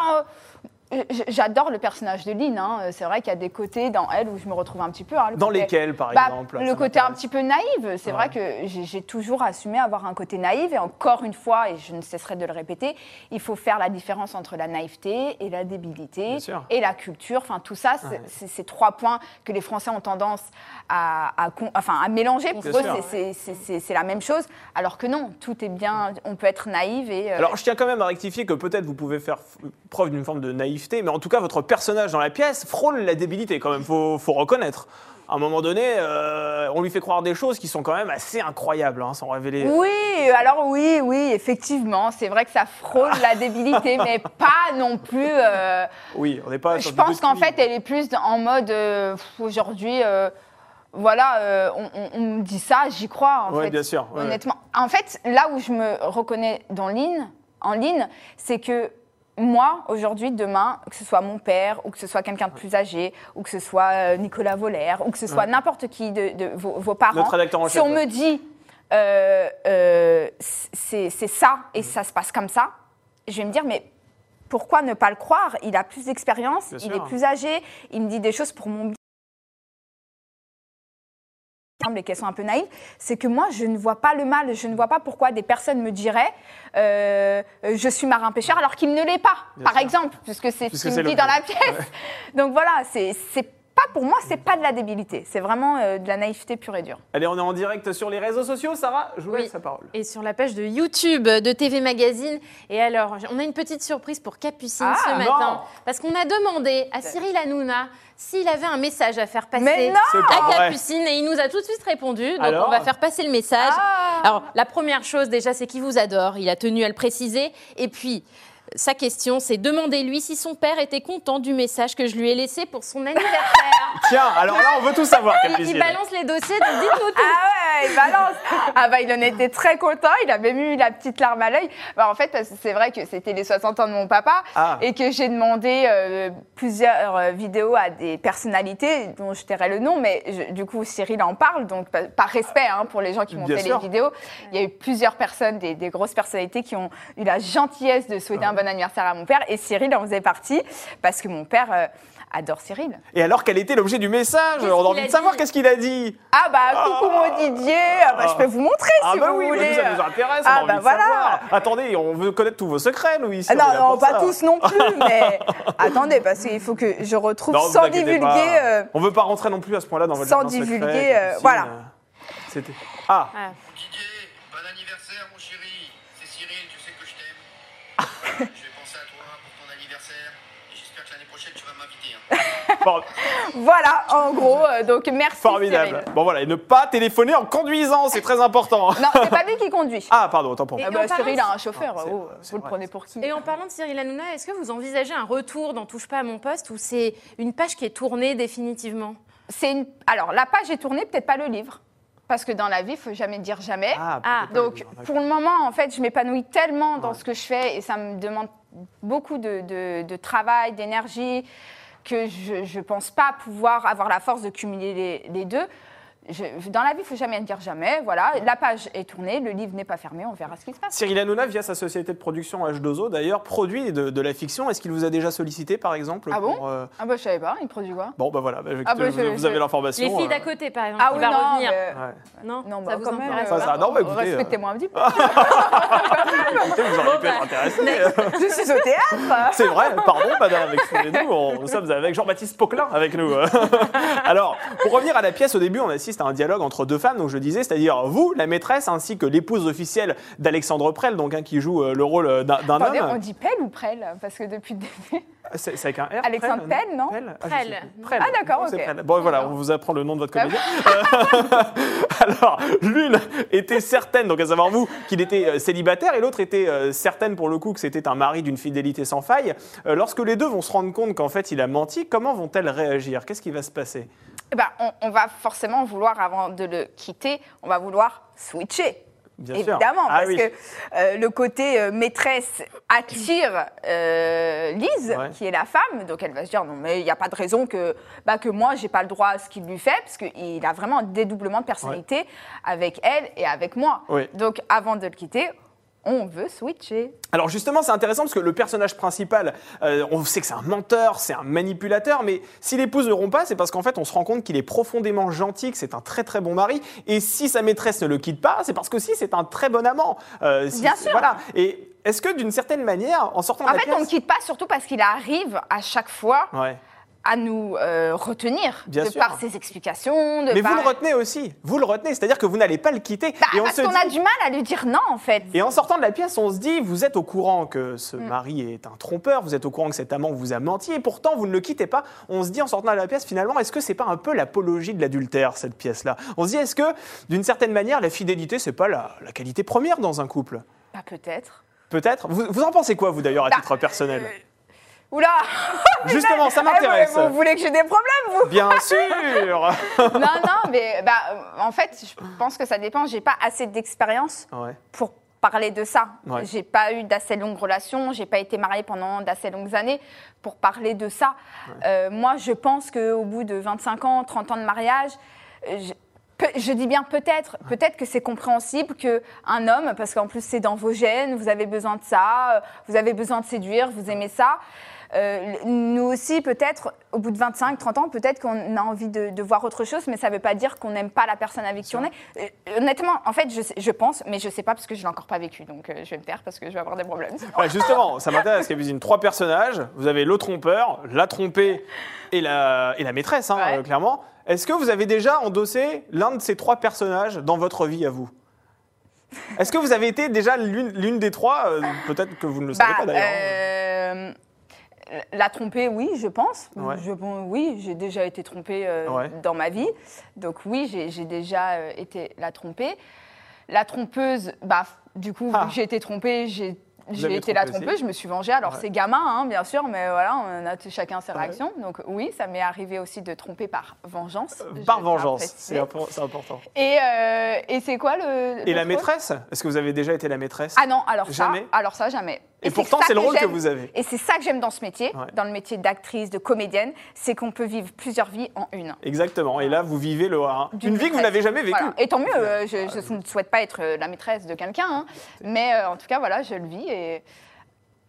Speaker 2: euh, j- J'adore le personnage de Lynn. hein. C'est vrai qu'il y a des côtés dans elle où je me retrouve un petit peu. hein, le
Speaker 1: Dans
Speaker 2: côté-
Speaker 1: lesquels, par
Speaker 2: Bah,
Speaker 1: exemple ça
Speaker 2: Le côté un
Speaker 1: m'intéresse.
Speaker 2: petit peu naïve. C'est vrai que j'ai j'ai toujours assumé avoir un côté naïf. Et encore une fois, et je ne cesserai de le répéter, il faut faire la différence entre la naïveté et la débilité
Speaker 1: Bien sûr.
Speaker 2: et la culture. Enfin, tout ça, c'est
Speaker 1: Ouais.
Speaker 2: c'est ces trois points que les Français ont tendance à, à con- enfin, à mélanger. Pour
Speaker 1: Bien
Speaker 2: eux,
Speaker 1: sûr.
Speaker 2: c'est- c'est- c'est c'est- c'est la même chose. Alors que non, tout est bien. On peut être naïve et. euh,
Speaker 1: Alors, je tiens quand même à rectifier que peut-être vous pouvez faire f- preuve d'une forme de naïveté, mais en tout cas, votre personnage dans la pièce frôle la débilité quand même, faut, faut reconnaître. À un moment donné, euh, on lui fait croire des choses qui sont quand même assez incroyables, hein, sans révéler.
Speaker 2: Oui, alors oui, oui, effectivement, c'est vrai que ça frôle
Speaker 1: [LAUGHS]
Speaker 2: la débilité, mais pas non plus. euh,
Speaker 1: Oui, on n'est pas.
Speaker 2: je
Speaker 1: sur du
Speaker 2: pense qu'en fait,
Speaker 1: Dutkuy.
Speaker 2: elle est plus en mode euh, pff, aujourd'hui. euh, voilà, euh, on, on- on me dit ça, j'y crois en
Speaker 1: Ouais,
Speaker 2: fait.
Speaker 1: bien sûr, ouais, ouais.
Speaker 2: honnêtement, en fait, là où je me reconnais dans Lynn, en ligne, c'est que moi, aujourd'hui, demain, que ce soit mon père, ou que ce soit quelqu'un de plus âgé, ou que ce soit euh, Nicolas Volaire, ou que ce soit n'importe qui de, de vos, vos parents,
Speaker 1: Notre rédacteur en
Speaker 2: si
Speaker 1: chef,
Speaker 2: on
Speaker 1: ouais.
Speaker 2: me dit euh, euh, c'est c'est ça
Speaker 1: Mm.
Speaker 2: et ça se passe comme ça, je vais me dire mais pourquoi ne pas le croire Il a plus d'expérience,
Speaker 1: Bien
Speaker 2: il
Speaker 1: sûr.
Speaker 2: est plus âgé, il me dit des choses pour mon bien. Il semble qu'elles sont un peu naïves, c'est que moi je ne vois pas le mal, je ne vois pas pourquoi des personnes me diraient euh, je suis marin pêcheur alors qu'il ne l'est pas,
Speaker 1: Bien
Speaker 2: par
Speaker 1: sûr.
Speaker 2: exemple, puisque c'est
Speaker 1: Puisque
Speaker 2: ce qu'il
Speaker 1: c'est
Speaker 2: me dit
Speaker 1: le-
Speaker 2: dans la pièce. [LAUGHS] Donc voilà, c'est c'est pas pour moi, c'est pas de la débilité, c'est vraiment euh, de la naïveté pure et dure.
Speaker 1: Allez, on est en direct sur les réseaux sociaux. Sarah, je vous
Speaker 3: Oui.
Speaker 1: laisse la parole.
Speaker 3: Et sur la page de YouTube de TV Magazine. Et alors, on a une petite surprise pour Capucine
Speaker 2: Ah,
Speaker 3: ce matin.
Speaker 1: non
Speaker 3: Parce qu'on a demandé à Cyril Hanouna s'il avait un message à faire passer
Speaker 2: Mais non Ah
Speaker 1: C'est
Speaker 3: à
Speaker 1: pas vrai.
Speaker 3: Capucine. Et il nous a tout de suite répondu. Donc,
Speaker 1: Alors
Speaker 3: on va faire passer le message.
Speaker 2: Ah
Speaker 3: Alors, la première chose déjà, c'est qu'il vous adore. Il a tenu à le préciser. Et puis, Sa question, c'est demandez-lui si son père était content du message que je lui ai laissé pour son anniversaire.
Speaker 1: Tiens, alors là, on veut tout savoir,
Speaker 3: il, il
Speaker 1: Capucine.
Speaker 3: balance les dossiers, donc dites-nous tout.
Speaker 2: Ah ouais, il balance. Ah bah il en était très content, il avait même eu la petite larme à l'œil. Bah, en fait, parce que c'est vrai que c'était les 60 ans de mon papa
Speaker 1: Ah.
Speaker 2: et que j'ai demandé euh, plusieurs euh, vidéos à des personnalités dont je tairai le nom, mais je- du coup Cyril en parle, donc pa- par respect hein, pour les gens qui m'ont
Speaker 1: Bien
Speaker 2: fait
Speaker 1: sûr.
Speaker 2: les vidéos. Il y a eu plusieurs personnes, des, des grosses personnalités qui ont eu la gentillesse de souhaiter
Speaker 1: Ah
Speaker 2: un bon anniversaire à mon père et Cyril en faisait partie parce que mon père euh, adore Cyril.
Speaker 1: Et alors, quel était l'objet du message On
Speaker 3: Qu'est-ce qu'il
Speaker 1: a envie
Speaker 3: a
Speaker 1: de savoir
Speaker 3: dit
Speaker 1: qu'est-ce qu'il a dit.
Speaker 2: Ah bah coucou mon Didier, Ah bah, je peux vous montrer
Speaker 1: Ah
Speaker 2: si
Speaker 1: bah
Speaker 2: vous
Speaker 1: oui, mais
Speaker 2: voulez.
Speaker 1: nous, ça nous intéresse,
Speaker 2: Ah
Speaker 1: on a
Speaker 2: bah
Speaker 1: envie
Speaker 2: voilà.
Speaker 1: de savoir. Attendez, on veut connaître tous vos secrets, Louis. si on
Speaker 2: Ah
Speaker 1: est là
Speaker 2: Non, non,
Speaker 1: pour
Speaker 2: pas
Speaker 1: ça.
Speaker 2: tous non plus,
Speaker 1: [LAUGHS]
Speaker 2: mais attendez, parce qu'il faut que je retrouve
Speaker 1: Non, vous
Speaker 2: sans
Speaker 1: inquiétez
Speaker 2: divulguer.
Speaker 1: pas.
Speaker 2: euh,
Speaker 1: On veut pas rentrer non plus à ce point-là dans votre
Speaker 2: sans
Speaker 1: jardin secret,
Speaker 2: divulguer, euh,
Speaker 1: Capucine.
Speaker 2: voilà.
Speaker 1: C'était... Ah,
Speaker 3: Ah.
Speaker 4: Didier, bon anniversaire mon chéri. C'est Cyril, tu sais que je t'aime. je vais penser à toi pour ton anniversaire. Et j'espère que l'année prochaine tu vas m'inviter. hein.
Speaker 2: [LAUGHS]
Speaker 1: for-
Speaker 2: Voilà, en gros, euh, donc merci.
Speaker 1: formidable.
Speaker 2: Cyril.
Speaker 1: Bon voilà, et ne pas téléphoner en conduisant, c'est très
Speaker 2: [LAUGHS]
Speaker 1: important.
Speaker 2: Non, c'est pas lui qui conduit. Ah,
Speaker 1: Ah, pardon, autant pour moi.
Speaker 3: Et
Speaker 2: bah,
Speaker 3: on parle-
Speaker 2: Cyril a un chauffeur,
Speaker 1: Ah, c'est-
Speaker 2: oh,
Speaker 1: c'est
Speaker 2: vous le
Speaker 1: vrai.
Speaker 2: prenez pour qui
Speaker 3: Et en parlant de Cyril Hanouna, est-ce que vous envisagez un retour dans Touche pas à mon poste ou c'est une page qui est tournée définitivement
Speaker 2: C'est une... Alors, la page est tournée, peut-être pas le livre, parce que dans la vie, il faut jamais dire jamais.
Speaker 1: Ah,
Speaker 3: Ah,
Speaker 1: peut-être pas
Speaker 2: Donc,
Speaker 1: le livre,
Speaker 2: pour le moment, en fait, je m'épanouis tellement dans
Speaker 1: Ouais.
Speaker 2: ce que je fais et ça me demande beaucoup de, de- de travail, d'énergie, que je ne pense pas pouvoir avoir la force de cumuler les, les deux. Je- dans la vie, il faut jamais dire jamais. Voilà, la page est tournée, le livre n'est pas fermé, on verra ce qui se passe.
Speaker 1: Cyril Hanouna, via sa société de production H2O, d'ailleurs, produit de, de la fiction. Est-ce qu'il vous a déjà sollicité, par exemple
Speaker 2: Ah bon
Speaker 1: pour, euh,
Speaker 2: Ah bah je savais pas, il produit quoi
Speaker 1: Bon, bah voilà, bah, écoutez,
Speaker 2: Ah bah,
Speaker 1: vous,
Speaker 2: je-
Speaker 1: vous
Speaker 2: je-
Speaker 1: avez l'information.
Speaker 3: Les filles
Speaker 1: euh,
Speaker 3: d'à côté, par exemple,
Speaker 2: Ah
Speaker 3: on
Speaker 2: oui,
Speaker 3: va
Speaker 2: non,
Speaker 3: revenir.
Speaker 2: mais-
Speaker 1: ouais.
Speaker 3: Non,
Speaker 2: non,
Speaker 3: ça
Speaker 2: bah,
Speaker 3: vous
Speaker 2: quand même.
Speaker 3: intéresse
Speaker 1: Ça,
Speaker 3: pas
Speaker 1: ça, non, bah, écoutez,
Speaker 2: Respectez-moi un petit peu. [LAUGHS]
Speaker 1: Écoutez, vous auriez pu
Speaker 3: bah.
Speaker 1: être euh. intéressé.
Speaker 2: je suis au théâtre.
Speaker 1: [LAUGHS] C'est vrai, pardon madame, excusez-nous, on- nous sommes avec Jean-Baptiste Poquelin avec nous. [LAUGHS] Alors, pour revenir à la pièce, au début on assiste à un dialogue entre deux femmes, donc je disais, c'est-à-dire vous, la maîtresse, ainsi que l'épouse officielle d'Alexandre Prel, donc hein, qui joue euh, le rôle d'un d'un
Speaker 2: Attendez, on
Speaker 1: homme.
Speaker 2: dit Pelle ou Prel Parce que depuis le début.
Speaker 1: Ah, C'est c'est avec un R Prel,
Speaker 2: Alexandre Prel, non
Speaker 1: Ah, je
Speaker 3: Prel.
Speaker 1: sais plus. Prel.
Speaker 2: Ah, d'accord,
Speaker 1: Non, c'est
Speaker 2: ok.
Speaker 1: Prel. Bon voilà,
Speaker 2: D'accord. Ah, bah.
Speaker 1: on vous apprend le nom de votre comédien. [LAUGHS] Alors, l'une était certaine, donc à savoir vous, qu'il était euh, célibataire, et l'autre était euh, certaine pour le coup que c'était un mari d'une fidélité sans faille. Euh, lorsque les deux vont se rendre compte qu'en fait il a menti, comment vont-elles réagir Qu'est-ce qui va se passer
Speaker 2: Eh ben, on, on va forcément vouloir, avant de le quitter, on va vouloir switcher.
Speaker 1: Bien sûr.
Speaker 2: Évidemment,
Speaker 1: Ah
Speaker 2: parce
Speaker 1: oui.
Speaker 2: que euh, le côté euh, maîtresse attire euh, Lise,
Speaker 1: Ouais.
Speaker 2: qui est la femme, donc elle va se dire non mais il n'y a pas de raison que, bah, que moi j'ai pas le droit à ce qu'il lui fait, parce qu'il a vraiment un dédoublement de personnalité avec elle et avec moi.
Speaker 1: Oui.
Speaker 2: Donc avant de le quitter, on veut switcher.
Speaker 1: Alors justement, c'est intéressant parce que le personnage principal, euh, on sait que c'est un menteur, c'est un manipulateur, mais si l'épouse ne rompt pas, c'est parce qu'en fait, on se rend compte qu'il est profondément gentil, que c'est un très très bon mari, et si sa maîtresse ne le quitte pas, c'est parce que si c'est un très bon amant. Euh, si-
Speaker 2: Bien sûr.
Speaker 1: Voilà. Et est-ce que d'une certaine manière, en sortant de
Speaker 2: En
Speaker 1: la
Speaker 2: fait, on ne
Speaker 1: pièce-
Speaker 2: quitte pas surtout parce qu'il arrive à chaque fois
Speaker 1: Ouais.
Speaker 2: à nous euh, retenir
Speaker 1: Bien
Speaker 2: de
Speaker 1: sûr.
Speaker 2: par ses explications, de
Speaker 1: Mais
Speaker 2: par...
Speaker 1: vous le retenez aussi, vous le retenez, c'est-à-dire que vous n'allez pas le quitter.
Speaker 2: Bah,
Speaker 1: et on
Speaker 2: parce
Speaker 1: se
Speaker 2: qu'on
Speaker 1: dit-
Speaker 2: a du mal à lui dire non, en fait.
Speaker 1: Et en sortant de la pièce, on se dit, vous êtes au courant que ce mari est un trompeur, vous êtes au courant que cet amant vous a menti, et pourtant vous ne le quittez pas. On se dit en sortant de la pièce, finalement, est-ce que c'est pas un peu l'apologie de l'adultère, cette pièce-là On se dit, est-ce que, d'une certaine manière, la fidélité, c'est pas la, la qualité première dans un couple
Speaker 2: Bah, peut-être.
Speaker 1: Peut-être vous, vous en pensez quoi, vous d'ailleurs, à
Speaker 2: Bah,
Speaker 1: titre personnel
Speaker 2: Oula
Speaker 1: Justement, ça
Speaker 2: Eh, vous-
Speaker 1: m'intéresse.
Speaker 2: Vous, voulez que j'ai des problèmes, vous
Speaker 1: Bien sûr [LAUGHS]
Speaker 2: Non, non, mais bah, euh, en fait, je pense que ça dépend. J'ai pas assez d'expérience
Speaker 1: Ouais.
Speaker 2: pour parler de ça.
Speaker 1: Ouais.
Speaker 2: J'ai pas eu d'assez longues relations, j'ai pas été mariée pendant d'assez longues années pour parler de ça. Euh, moi, je pense qu'au bout de 25 ans, 30 ans de mariage, euh, je, pe- je dis bien peut-être, peut-être que c'est compréhensible que un homme, parce qu'en plus c'est dans vos gènes, vous avez besoin de ça, euh, vous avez besoin de séduire, vous aimez ça. Euh, l- nous aussi, peut-être, au bout de 25, 30 ans, peut-être qu'on a envie de, de voir autre chose, mais ça ne veut pas dire qu'on n'aime pas la personne avec qui on est. Euh, honnêtement, en fait, je, sais- je pense, mais je ne sais pas parce que je ne l'ai encore pas vécu, donc euh, je vais me taire parce que je vais avoir des problèmes.
Speaker 1: Ouais, justement, ça m'intéresse, cuisine Trois personnages, vous avez le trompeur, la trompée et la, et la maîtresse, hein,
Speaker 2: Ouais.
Speaker 1: euh, clairement. Est-ce que vous avez déjà endossé l'un de ces trois personnages dans votre vie à vous Est-ce que vous avez été déjà l'une l'une des trois euh, Peut-être que vous ne le savez pas d'ailleurs. hein.
Speaker 2: Bah, euh, la tromper, oui, je pense.
Speaker 1: Ouais.
Speaker 2: Je, bon, oui, j'ai déjà été trompée euh,
Speaker 1: Ouais.
Speaker 2: dans ma vie. Donc oui, j'ai j'ai déjà euh, été la trompée. La trompeuse, bah, f- du coup, vu
Speaker 1: Ah.
Speaker 2: que j'ai été trompée, j'ai j'ai
Speaker 1: avez
Speaker 2: été la
Speaker 1: trompé aussi
Speaker 2: trompeuse, je me suis vengée. Alors,
Speaker 1: Ouais.
Speaker 2: c'est gamin, hein, bien sûr, mais voilà, on a t- chacun ses
Speaker 1: Ouais.
Speaker 2: réactions. Donc, oui, ça m'est arrivé aussi de tromper par vengeance. je
Speaker 1: Euh, hein. Par
Speaker 2: tiens à
Speaker 1: vengeance,
Speaker 2: préciser.
Speaker 1: c'est impor- c'est important.
Speaker 2: Et, euh, et c'est quoi le.
Speaker 1: Et
Speaker 2: l'autre
Speaker 1: la
Speaker 2: rôle
Speaker 1: maîtresse Est-ce que vous avez déjà été la maîtresse
Speaker 2: Ah non, alors
Speaker 1: Jamais.
Speaker 2: ça, alors ça, jamais.
Speaker 1: Et,
Speaker 2: c'est
Speaker 1: pourtant,
Speaker 2: ça
Speaker 1: c'est le rôle que
Speaker 2: j'aime.
Speaker 1: vous avez.
Speaker 2: Et c'est ça que j'aime dans ce métier,
Speaker 1: Ouais.
Speaker 2: dans le métier d'actrice, de comédienne, c'est qu'on peut vivre plusieurs vies en une.
Speaker 1: Exactement. Et là, vous vivez le, un-
Speaker 2: D'une
Speaker 1: une vie que vous
Speaker 2: maîtresse.
Speaker 1: n'avez jamais vécue. Ah,
Speaker 2: Voilà. Et tant mieux, euh, je je ne souhaite pas être euh, la maîtresse de quelqu'un, hein, mais euh, en tout cas, voilà, je le vis et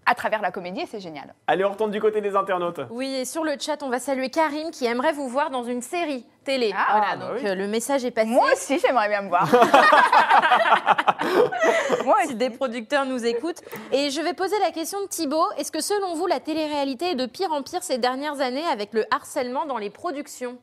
Speaker 2: à travers la comédie, et c'est génial.
Speaker 1: Allez, on retourne du côté des internautes.
Speaker 3: Oui, et sur le chat, on va saluer Karim qui aimerait vous voir dans une série télé.
Speaker 2: Ah,
Speaker 3: voilà,
Speaker 1: bah
Speaker 3: donc
Speaker 1: oui.
Speaker 3: euh, le message est passé.
Speaker 2: Moi aussi, j'aimerais bien me voir. Moi
Speaker 3: si [LAUGHS]
Speaker 2: aussi.
Speaker 3: des producteurs nous écoutent. Et je vais poser la question de Thibaut. Est-ce que selon vous, la télé-réalité est de pire en pire ces dernières années avec le harcèlement dans les productions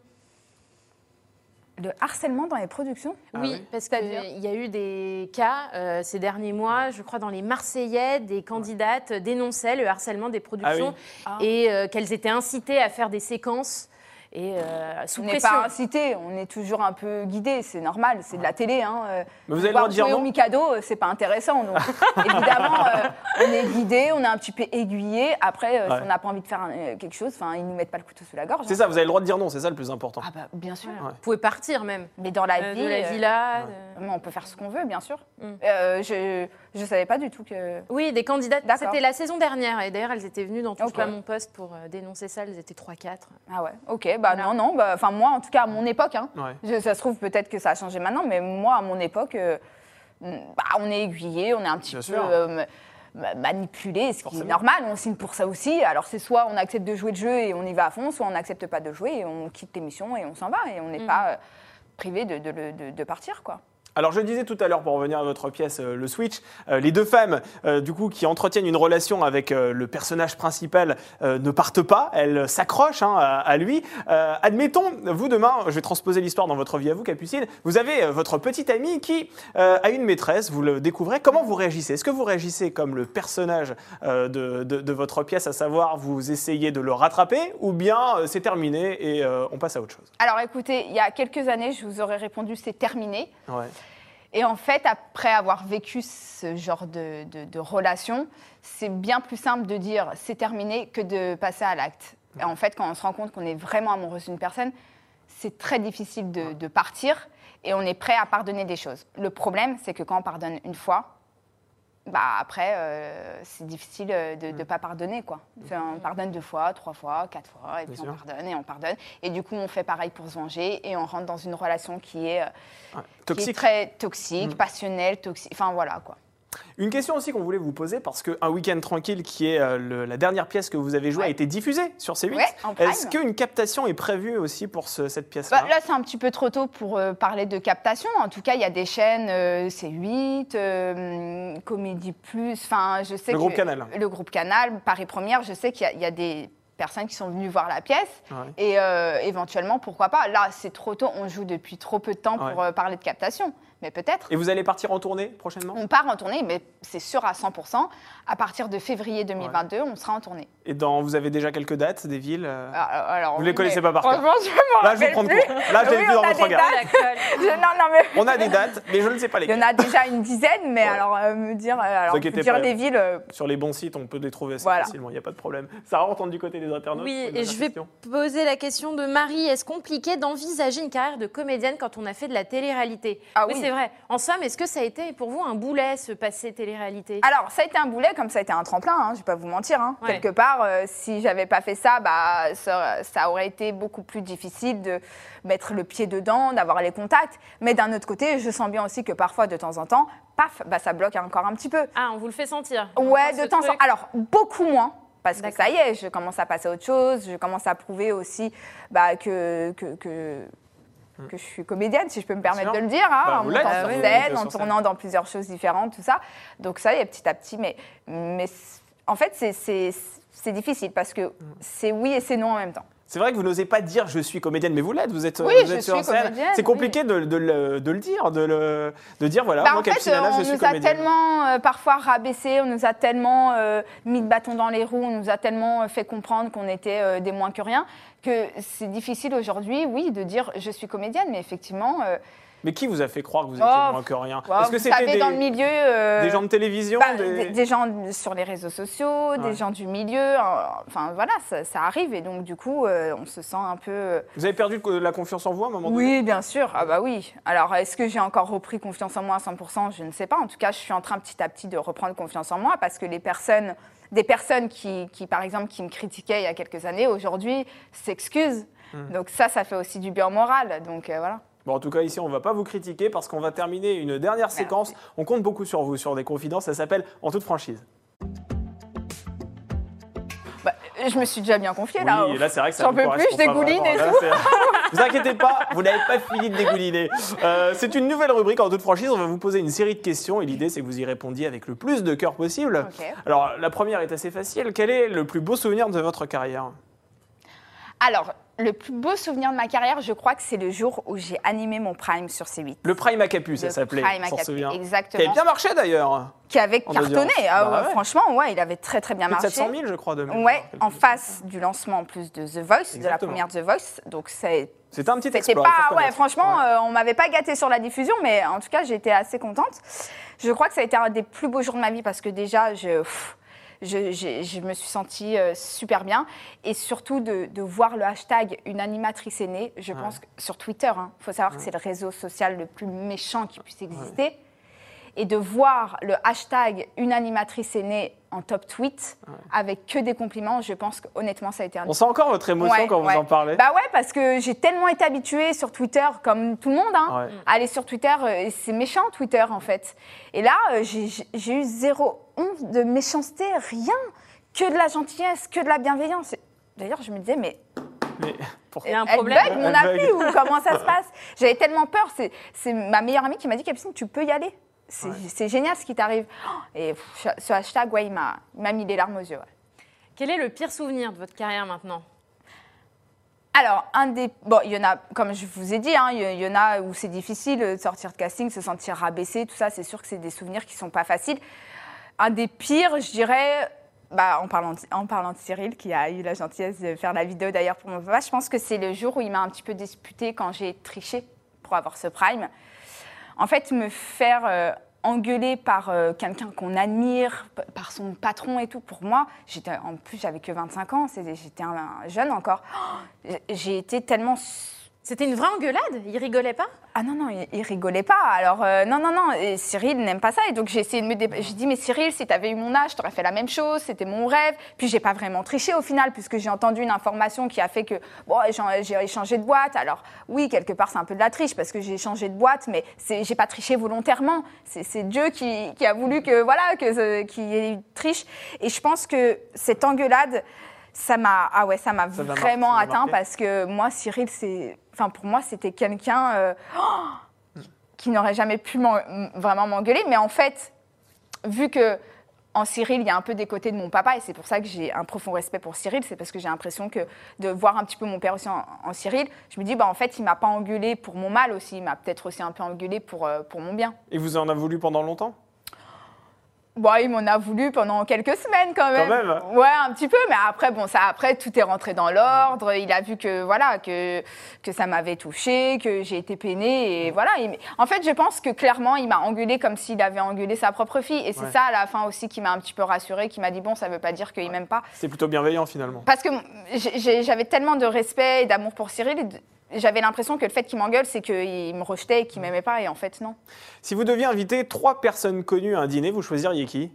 Speaker 2: [LAUGHS] Le harcèlement dans les productions
Speaker 1: Ah
Speaker 3: oui,
Speaker 1: oui.
Speaker 3: parce qu'il
Speaker 2: C'est-à-dire
Speaker 3: y a eu des cas euh, ces derniers mois, je crois dans les Marseillais, des candidates dénonçaient le harcèlement des productions
Speaker 2: Ah.
Speaker 3: et euh, qu'elles étaient incitées à faire des séquences et euh,
Speaker 2: on
Speaker 3: sous
Speaker 2: n'est
Speaker 3: pression.
Speaker 2: pas incité, on est toujours un peu guidé, c'est normal, c'est de la télé. Hein. euh,
Speaker 1: Mais vous allez
Speaker 2: voir
Speaker 1: leur dire
Speaker 2: jouer au
Speaker 1: non
Speaker 2: Mikado, euh, c'est pas intéressant. Donc, évidemment, euh,
Speaker 1: [LAUGHS]
Speaker 2: on est guidé, on est un petit peu aiguillé. Après, euh,
Speaker 1: Ouais.
Speaker 2: si on n'a pas envie de faire un- euh, quelque chose, enfin, ils nous mettent pas le couteau sous la gorge.
Speaker 1: C'est
Speaker 2: hein.
Speaker 1: ça, vous avez le droit de dire non, c'est ça le plus important.
Speaker 2: Ah bah, bien sûr.
Speaker 1: Ouais.
Speaker 3: Vous pouvez partir même
Speaker 2: Mais dans la
Speaker 3: euh,
Speaker 2: vie,
Speaker 3: de la
Speaker 2: euh,
Speaker 3: villa. de-
Speaker 2: mais on peut faire ce qu'on veut, bien sûr.
Speaker 3: Mm.
Speaker 2: Euh, je je savais pas du tout que.
Speaker 3: Oui, des candidates.
Speaker 2: D'accord.
Speaker 3: C'était la saison dernière. Et d'ailleurs, elles étaient venues dans Touche
Speaker 2: Ok.
Speaker 3: pas à mon poste pour euh, dénoncer ça. Elles étaient 3-4.
Speaker 2: Ah ouais. Ok. Bah
Speaker 3: Voilà.
Speaker 2: non, non. bah, Enfin moi, en tout cas, à mon époque. Hein,
Speaker 1: Ouais.
Speaker 2: Je- ça se trouve peut-être que ça a changé maintenant, mais moi, à mon époque, euh, mm, bah, on est aiguillé, on est un petit
Speaker 1: Bien sûr.
Speaker 2: peu euh, ma- manipulé, ce qui
Speaker 1: Forcément.
Speaker 2: est normal, on signe pour ça aussi. Alors c'est soit on accepte de jouer le jeu et on y va à fond, soit on n'accepte pas de jouer et on quitte l'émission et on s'en va et on n'est pas euh, privé de, de le- de- de partir. quoi.
Speaker 1: Alors je disais tout à l'heure pour revenir à votre pièce euh, le switch, euh, les deux femmes euh, du coup qui entretiennent une relation avec euh, le personnage principal euh, ne partent pas, elles s'accrochent hein, à, à lui. Euh, admettons vous demain, je vais transposer l'histoire dans votre vie à vous Capucine, vous avez euh, votre petite amie qui euh, a une maîtresse, vous le découvrez, comment vous réagissez Est-ce que vous réagissez comme le personnage euh, de, de- de votre pièce, à savoir vous essayez de le rattraper ou bien euh, c'est terminé et euh, on passe à autre chose
Speaker 2: Alors écoutez, il y a quelques années, je vous aurais répondu c'est terminé.
Speaker 1: Ouais.
Speaker 2: Et en fait, après avoir vécu ce genre de, de- de relation, c'est bien plus simple de dire c'est terminé que de passer à l'acte. Et en fait, quand on se rend compte qu'on est vraiment amoureux d'une personne, c'est très difficile de, de partir et on est prêt à pardonner des choses. Le problème, c'est que quand on pardonne une fois, bah après, euh, c'est difficile euh, de
Speaker 1: Mm.
Speaker 2: ne pas pardonner. quoi. Enfin, on pardonne deux fois, trois fois, quatre fois, et puis
Speaker 1: Bien
Speaker 2: on
Speaker 1: sûr.
Speaker 2: pardonne et on pardonne. Et du coup, on fait pareil pour se venger et on rentre dans une relation qui est... euh,
Speaker 1: Ouais.
Speaker 2: qui est
Speaker 1: Toxique. Mm.
Speaker 2: très toxique, passionnel, toxique. Enfin voilà quoi.
Speaker 1: Une question aussi qu'on voulait vous poser, parce que Un week-end tranquille, qui est euh, le- la dernière pièce que vous avez jouée, a
Speaker 2: Ouais.
Speaker 1: été diffusée sur C8.
Speaker 2: Ouais, en prime.
Speaker 1: Est-ce qu'une captation est prévue aussi pour ce- cette
Speaker 2: Bah,
Speaker 1: pièce-là
Speaker 2: là, c'est un petit peu trop tôt pour euh, parler de captation. En tout cas, il y a des chaînes euh, C8, euh, hum, Comédie Plus. Enfin, je sais
Speaker 1: Le
Speaker 2: que-
Speaker 1: groupe Canal.
Speaker 2: Le groupe Canal, Paris Première. Je sais qu'il y a- il y, a des personnes qui sont venues voir la pièce.
Speaker 1: Ouais.
Speaker 2: Et euh, éventuellement, pourquoi pas Là, c'est trop tôt. On joue depuis trop peu de temps pour
Speaker 1: Ouais.
Speaker 2: euh, parler de captation. Mais peut-être.
Speaker 1: Et vous allez partir en tournée prochainement
Speaker 2: On part en tournée, mais c'est sûr à 100%. À partir de février 2022, on sera en tournée.
Speaker 1: Et dans, vous avez déjà quelques dates, des villes euh
Speaker 2: Alors, alors,
Speaker 1: Vous
Speaker 2: oui,
Speaker 1: les connaissez
Speaker 2: Ah, mais
Speaker 1: pas par cœur.
Speaker 2: Franchement, je m'en
Speaker 1: Là, je vais
Speaker 2: rappelle
Speaker 1: prendre
Speaker 2: plus.
Speaker 1: court. Là, je l'ai
Speaker 2: Oui,
Speaker 1: Ah, vu dans
Speaker 2: on a
Speaker 1: votre
Speaker 2: des
Speaker 1: regard.
Speaker 2: dates. Je- non, non, mais
Speaker 1: On a des dates, mais je ne sais pas
Speaker 2: il y
Speaker 1: lesquelles.
Speaker 2: en a déjà une dizaine, mais alors euh, me dire, euh, alors,
Speaker 1: inquiétez
Speaker 2: vous dire
Speaker 1: pas.
Speaker 2: les villes. euh,
Speaker 1: Sur les bons sites, on peut les trouver assez
Speaker 2: Voilà.
Speaker 1: facilement, il n'y a pas de problème. Ça rentre du côté des internautes pour
Speaker 3: Oui,
Speaker 1: une
Speaker 3: et
Speaker 1: dernière
Speaker 3: je vais
Speaker 1: question.
Speaker 3: poser la question de Marie. Est-ce compliqué d'envisager une carrière de comédienne quand on a fait de la télé-réalité
Speaker 2: Ah
Speaker 3: oui,
Speaker 2: oui.
Speaker 3: c'est vrai. En somme, est-ce que ça a été pour vous un boulet, ce passé télé-réalité
Speaker 2: Alors, ça a été un boulet, comme ça a été un tremplin. Hein, je vais pas vous mentir. hein.
Speaker 3: Ouais.
Speaker 2: Quelque part, euh, si j'avais pas fait ça, bah, ça, ça aurait été beaucoup plus difficile de mettre le pied dedans, d'avoir les contacts. Mais d'un autre côté, je sens bien aussi que parfois, de temps en temps, paf, bah, ça bloque encore un petit peu.
Speaker 3: Ah, on vous le fait sentir. On
Speaker 2: Ouais,
Speaker 3: sent
Speaker 2: de
Speaker 3: ce
Speaker 2: temps en temps.
Speaker 3: truc.
Speaker 2: Alors, beaucoup moins. Parce que
Speaker 3: D'accord.
Speaker 2: ça y est, je commence à passer à autre chose. Je commence à prouver aussi bah, que, que, que, que je suis comédienne, si je peux me permettre
Speaker 1: Hmm. sûr.
Speaker 2: de le dire. hein,
Speaker 1: Bah,
Speaker 2: en
Speaker 1: vous
Speaker 2: montant
Speaker 1: l'êtes,
Speaker 2: sur
Speaker 1: oui, oui,
Speaker 2: scène,
Speaker 1: vous
Speaker 2: en
Speaker 1: êtes sur
Speaker 2: tournant dans plusieurs choses différentes, tout ça. Donc ça y est, petit à petit. Mais, mais c- en fait, c'est- c'est c'est difficile parce
Speaker 1: Hmm.
Speaker 2: que c'est oui et c'est non en même temps.
Speaker 1: C'est vrai que vous n'osez pas dire je suis comédienne, mais vous l'êtes, vous êtes, euh,
Speaker 2: Oui,
Speaker 1: vous
Speaker 2: je
Speaker 1: êtes sur
Speaker 2: suis
Speaker 1: scène.
Speaker 2: comédienne,
Speaker 1: C'est compliqué de, de le, de le dire, de, le, de dire voilà,
Speaker 2: Bah,
Speaker 1: moi
Speaker 2: en fait,
Speaker 1: Capucine Anna,
Speaker 2: on
Speaker 1: je suis
Speaker 2: nous a
Speaker 1: comédienne.
Speaker 2: tellement euh, parfois rabaissés, on nous a tellement euh, mis le bâton dans les roues, on nous a tellement euh, fait comprendre qu'on était euh, des moins que rien, que c'est difficile aujourd'hui, oui, de dire je suis comédienne, mais effectivement, euh,
Speaker 1: Mais qui vous a fait croire que vous étiez
Speaker 2: Oh,
Speaker 1: moins que rien
Speaker 2: Wow,
Speaker 1: Est-ce que
Speaker 2: vous savez, dans le
Speaker 1: des,
Speaker 2: milieu. euh,
Speaker 1: des gens de télévision
Speaker 2: bah,
Speaker 1: des-
Speaker 2: des- des gens sur les réseaux sociaux,
Speaker 1: Ouais.
Speaker 2: des gens du milieu, euh, enfin voilà, ça, ça arrive et donc du coup, euh, on se sent un peu. euh,
Speaker 1: Vous avez perdu de la confiance en vous à un moment donné
Speaker 2: Oui, bien sûr. Ah bah oui. Alors, est-ce que j'ai encore repris confiance en moi à 100% Je ne sais pas. En tout cas, je suis en train petit à petit de reprendre confiance en moi parce que les personnes, des personnes qui, qui, par exemple, qui me critiquaient il y a quelques années, aujourd'hui s'excusent.
Speaker 1: Hmm.
Speaker 2: Donc ça, ça fait aussi du bien au moral. Donc euh, voilà.
Speaker 1: Bon, en tout cas, ici, on va pas vous critiquer parce qu'on va terminer une dernière séquence. On compte beaucoup sur vous, sur des confidences. Ça s'appelle En toute franchise.
Speaker 2: Bah, je me suis déjà bien confiée là.
Speaker 1: Oui, là, c'est vrai que ça
Speaker 2: J'en
Speaker 1: vous
Speaker 2: peux plus,
Speaker 1: correspond
Speaker 2: je
Speaker 1: pas
Speaker 2: dégouline
Speaker 1: vraiment.
Speaker 2: et
Speaker 1: Là,
Speaker 2: [LAUGHS]
Speaker 1: c'est- Vous inquiétez pas, vous n'avez pas fini de dégouliner. Euh, c'est une nouvelle rubrique en toute franchise. On va vous poser une série de questions et l'idée, c'est que vous y répondiez avec le plus de cœur possible.
Speaker 2: Ok.
Speaker 1: Alors, la première est assez facile. Quel est le plus beau souvenir de votre carrière
Speaker 2: Alors, le plus beau souvenir de ma carrière, je crois que c'est le jour où j'ai animé mon prime sur C8.
Speaker 1: Le Prime à Capu, ça
Speaker 2: Le
Speaker 1: s'appelait.
Speaker 2: Prime à
Speaker 1: on s'en
Speaker 2: Capu,
Speaker 1: souvient. Qui
Speaker 2: exactement.
Speaker 1: avait bien marché d'ailleurs.
Speaker 2: Qui avait
Speaker 1: En
Speaker 2: cartonné.
Speaker 1: audience.
Speaker 2: Ah
Speaker 1: Bah
Speaker 2: ouais,
Speaker 1: ouais.
Speaker 2: Franchement, ouais, il avait très très bien
Speaker 1: Plus de
Speaker 2: marché.
Speaker 1: 700 000, je crois, de mémoire.
Speaker 2: Ouais,
Speaker 1: Quelque
Speaker 2: en
Speaker 1: chose.
Speaker 2: face du lancement en plus de The Voice, de la
Speaker 1: Exactement.
Speaker 2: première The Voice. Donc c'est-
Speaker 1: C'était un petit
Speaker 2: c'était
Speaker 1: exploit. il faut
Speaker 2: pas. Ouais,
Speaker 1: reconnaître.
Speaker 2: franchement,
Speaker 1: Ouais.
Speaker 2: euh, on m'avait pas gâté sur la diffusion, mais en tout cas, j'étais assez contente. Je crois que ça a été un des plus beaux jours de ma vie parce que déjà, je. pff, je, j'ai- je me suis sentie euh, super bien et surtout de, de voir le hashtag une animatrice est née, je pense que sur Twitter, il faut savoir que c'est le réseau social le plus méchant qui puisse exister, et de voir le hashtag une animatrice est née en top tweet avec que des compliments, je pense qu'honnêtement ça a été un
Speaker 1: On sent encore votre émotion
Speaker 2: Ouais,
Speaker 1: quand
Speaker 2: ouais.
Speaker 1: vous en parlez.
Speaker 2: Bah ouais, parce que j'ai tellement été habituée sur Twitter, comme tout le monde, hein,
Speaker 1: Ouais.
Speaker 2: à aller sur Twitter, euh, c'est méchant Twitter en fait. Et là, euh, j'ai- j'ai j'ai eu zéro once de méchanceté, rien, que de la gentillesse, que de la bienveillance. Et D'ailleurs, je me disais, mais
Speaker 1: Mais [LAUGHS]
Speaker 3: Il y a un
Speaker 2: elle
Speaker 3: problème.
Speaker 2: bug mon
Speaker 1: Elle
Speaker 2: appli
Speaker 1: bug.
Speaker 2: ou comment
Speaker 1: [LAUGHS]
Speaker 2: ça se passe J'avais tellement peur. C'est- C'est ma meilleure amie qui m'a dit, Capucine, tu peux y aller. C'est c'est génial ce qui t'arrive. Et pff, ce hashtag, ouais, il m'a il m'a mis des larmes aux yeux. ouais.
Speaker 3: Quel est le pire souvenir de votre carrière maintenant
Speaker 2: Alors, un des. Bon, il y en a, comme je vous ai dit, hein, il y en a où c'est difficile euh, de sortir de casting, se sentir rabaissé, tout ça, c'est sûr que c'est des souvenirs qui sont pas faciles. Un des pires, je dirais, bah, en, parlant de, en parlant de Cyril, qui a eu la gentillesse de faire la vidéo d'ailleurs pour mon papa, je pense que c'est le jour où il m'a un petit peu disputé quand j'ai triché pour avoir ce prime. En fait, me faire euh, engueuler par euh, quelqu'un qu'on admire, p- par son patron et tout, pour moi, j'étais en plus, j'avais que 25 ans, c'est- j'étais un, un jeune encore. Oh, J'ai été tellement. s-
Speaker 3: C'était une vraie engueulade Il rigolait pas
Speaker 2: Ah non, non, il, il rigolait pas. Alors, euh, non, non, non, et Cyril n'aime pas ça. Et donc, j'ai essayé de me dé- J'ai dit, mais Cyril, si t'avais eu mon âge, t'aurais fait la même chose, c'était mon rêve. Puis, j'ai pas vraiment triché au final, puisque j'ai entendu une information qui a fait que, bon, j'en- j'ai échangé de boîte. Alors, oui, quelque part, c'est un peu de la triche, parce que j'ai échangé de boîte, mais c'est- j'ai pas triché volontairement. C'est c'est Dieu qui, qui a voulu que, voilà, que ce- qu'il y ait une triche. Et je pense que cette engueulade, ça m'a ah ouais, ça m'a
Speaker 1: Ça vous a marqué,
Speaker 2: vraiment
Speaker 1: ça vous a
Speaker 2: atteint
Speaker 1: marqué
Speaker 2: parce que moi, Cyril, c'est, enfin pour moi, c'était quelqu'un euh, oh, qui n'aurait jamais pu m'en- m- vraiment m'engueuler. Mais en fait, vu que en Cyril, il y a un peu des côtés de mon papa, et c'est pour ça que j'ai un profond respect pour Cyril. C'est parce que j'ai l'impression que de voir un petit peu mon père aussi en, en Cyril, je me dis bah en fait, il m'a pas engueulé pour mon mal aussi, il m'a peut-être aussi un peu engueulé pour euh, pour mon bien.
Speaker 1: Et vous en avez voulu pendant longtemps
Speaker 2: Bon, il m'en a voulu pendant quelques semaines quand même. hein.
Speaker 1: même.
Speaker 2: Ouais, un petit peu, mais après, bon, ça, après, tout est rentré dans l'ordre. Il a vu que, voilà, que, que ça m'avait touché, que j'ai été peinée, et voilà. Il- en fait, je pense que clairement, il m'a engueulé comme s'il avait engueulé sa propre fille. Et c'est
Speaker 1: Ouais.
Speaker 2: ça, à la fin aussi, qui m'a un petit peu rassurée, qui m'a dit, bon, ça veut pas dire qu'il m'aime pas.
Speaker 1: C'est plutôt bienveillant finalement.
Speaker 2: Parce que j'ai- j'ai- j'avais tellement de respect et d'amour pour Cyril, et de- j'avais l'impression que le fait qu'il m'engueule, c'est qu'il me rejetait et qu'il m'aimait pas, et en fait, non.
Speaker 1: Si vous deviez inviter trois personnes connues à un dîner, vous choisiriez
Speaker 2: [LAUGHS]
Speaker 1: qui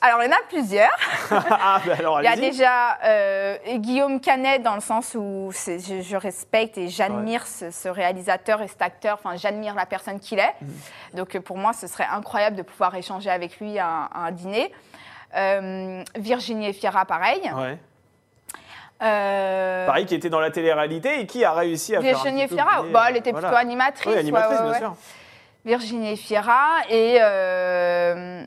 Speaker 2: Alors, il y en a plusieurs.
Speaker 1: Ah, bah alors
Speaker 2: Il y a
Speaker 1: allez-y.
Speaker 2: déjà euh, Guillaume Canet dans le sens où c'est- je, je respecte et j'admire ce, ce réalisateur et cet acteur. Enfin, j'admire la personne qu'il est.
Speaker 1: Mm-hmm.
Speaker 2: Donc euh, pour moi, ce serait incroyable de pouvoir échanger avec lui à, un- à un dîner. Euh, Virginie Efira, pareil.
Speaker 1: Ouais.
Speaker 2: Euh,
Speaker 1: Pareil, qui était dans la télé-réalité et qui a réussi à faire. un
Speaker 2: Virginie
Speaker 1: petit peu
Speaker 2: Efira,
Speaker 1: oublier,
Speaker 2: bon,
Speaker 1: euh,
Speaker 2: Bah, elle était
Speaker 1: voilà.
Speaker 2: plutôt animatrice.
Speaker 1: Oui,
Speaker 2: ouais,
Speaker 1: animatrice,
Speaker 2: ouais, ouais.
Speaker 1: bien sûr.
Speaker 2: Virginie Efira et euh,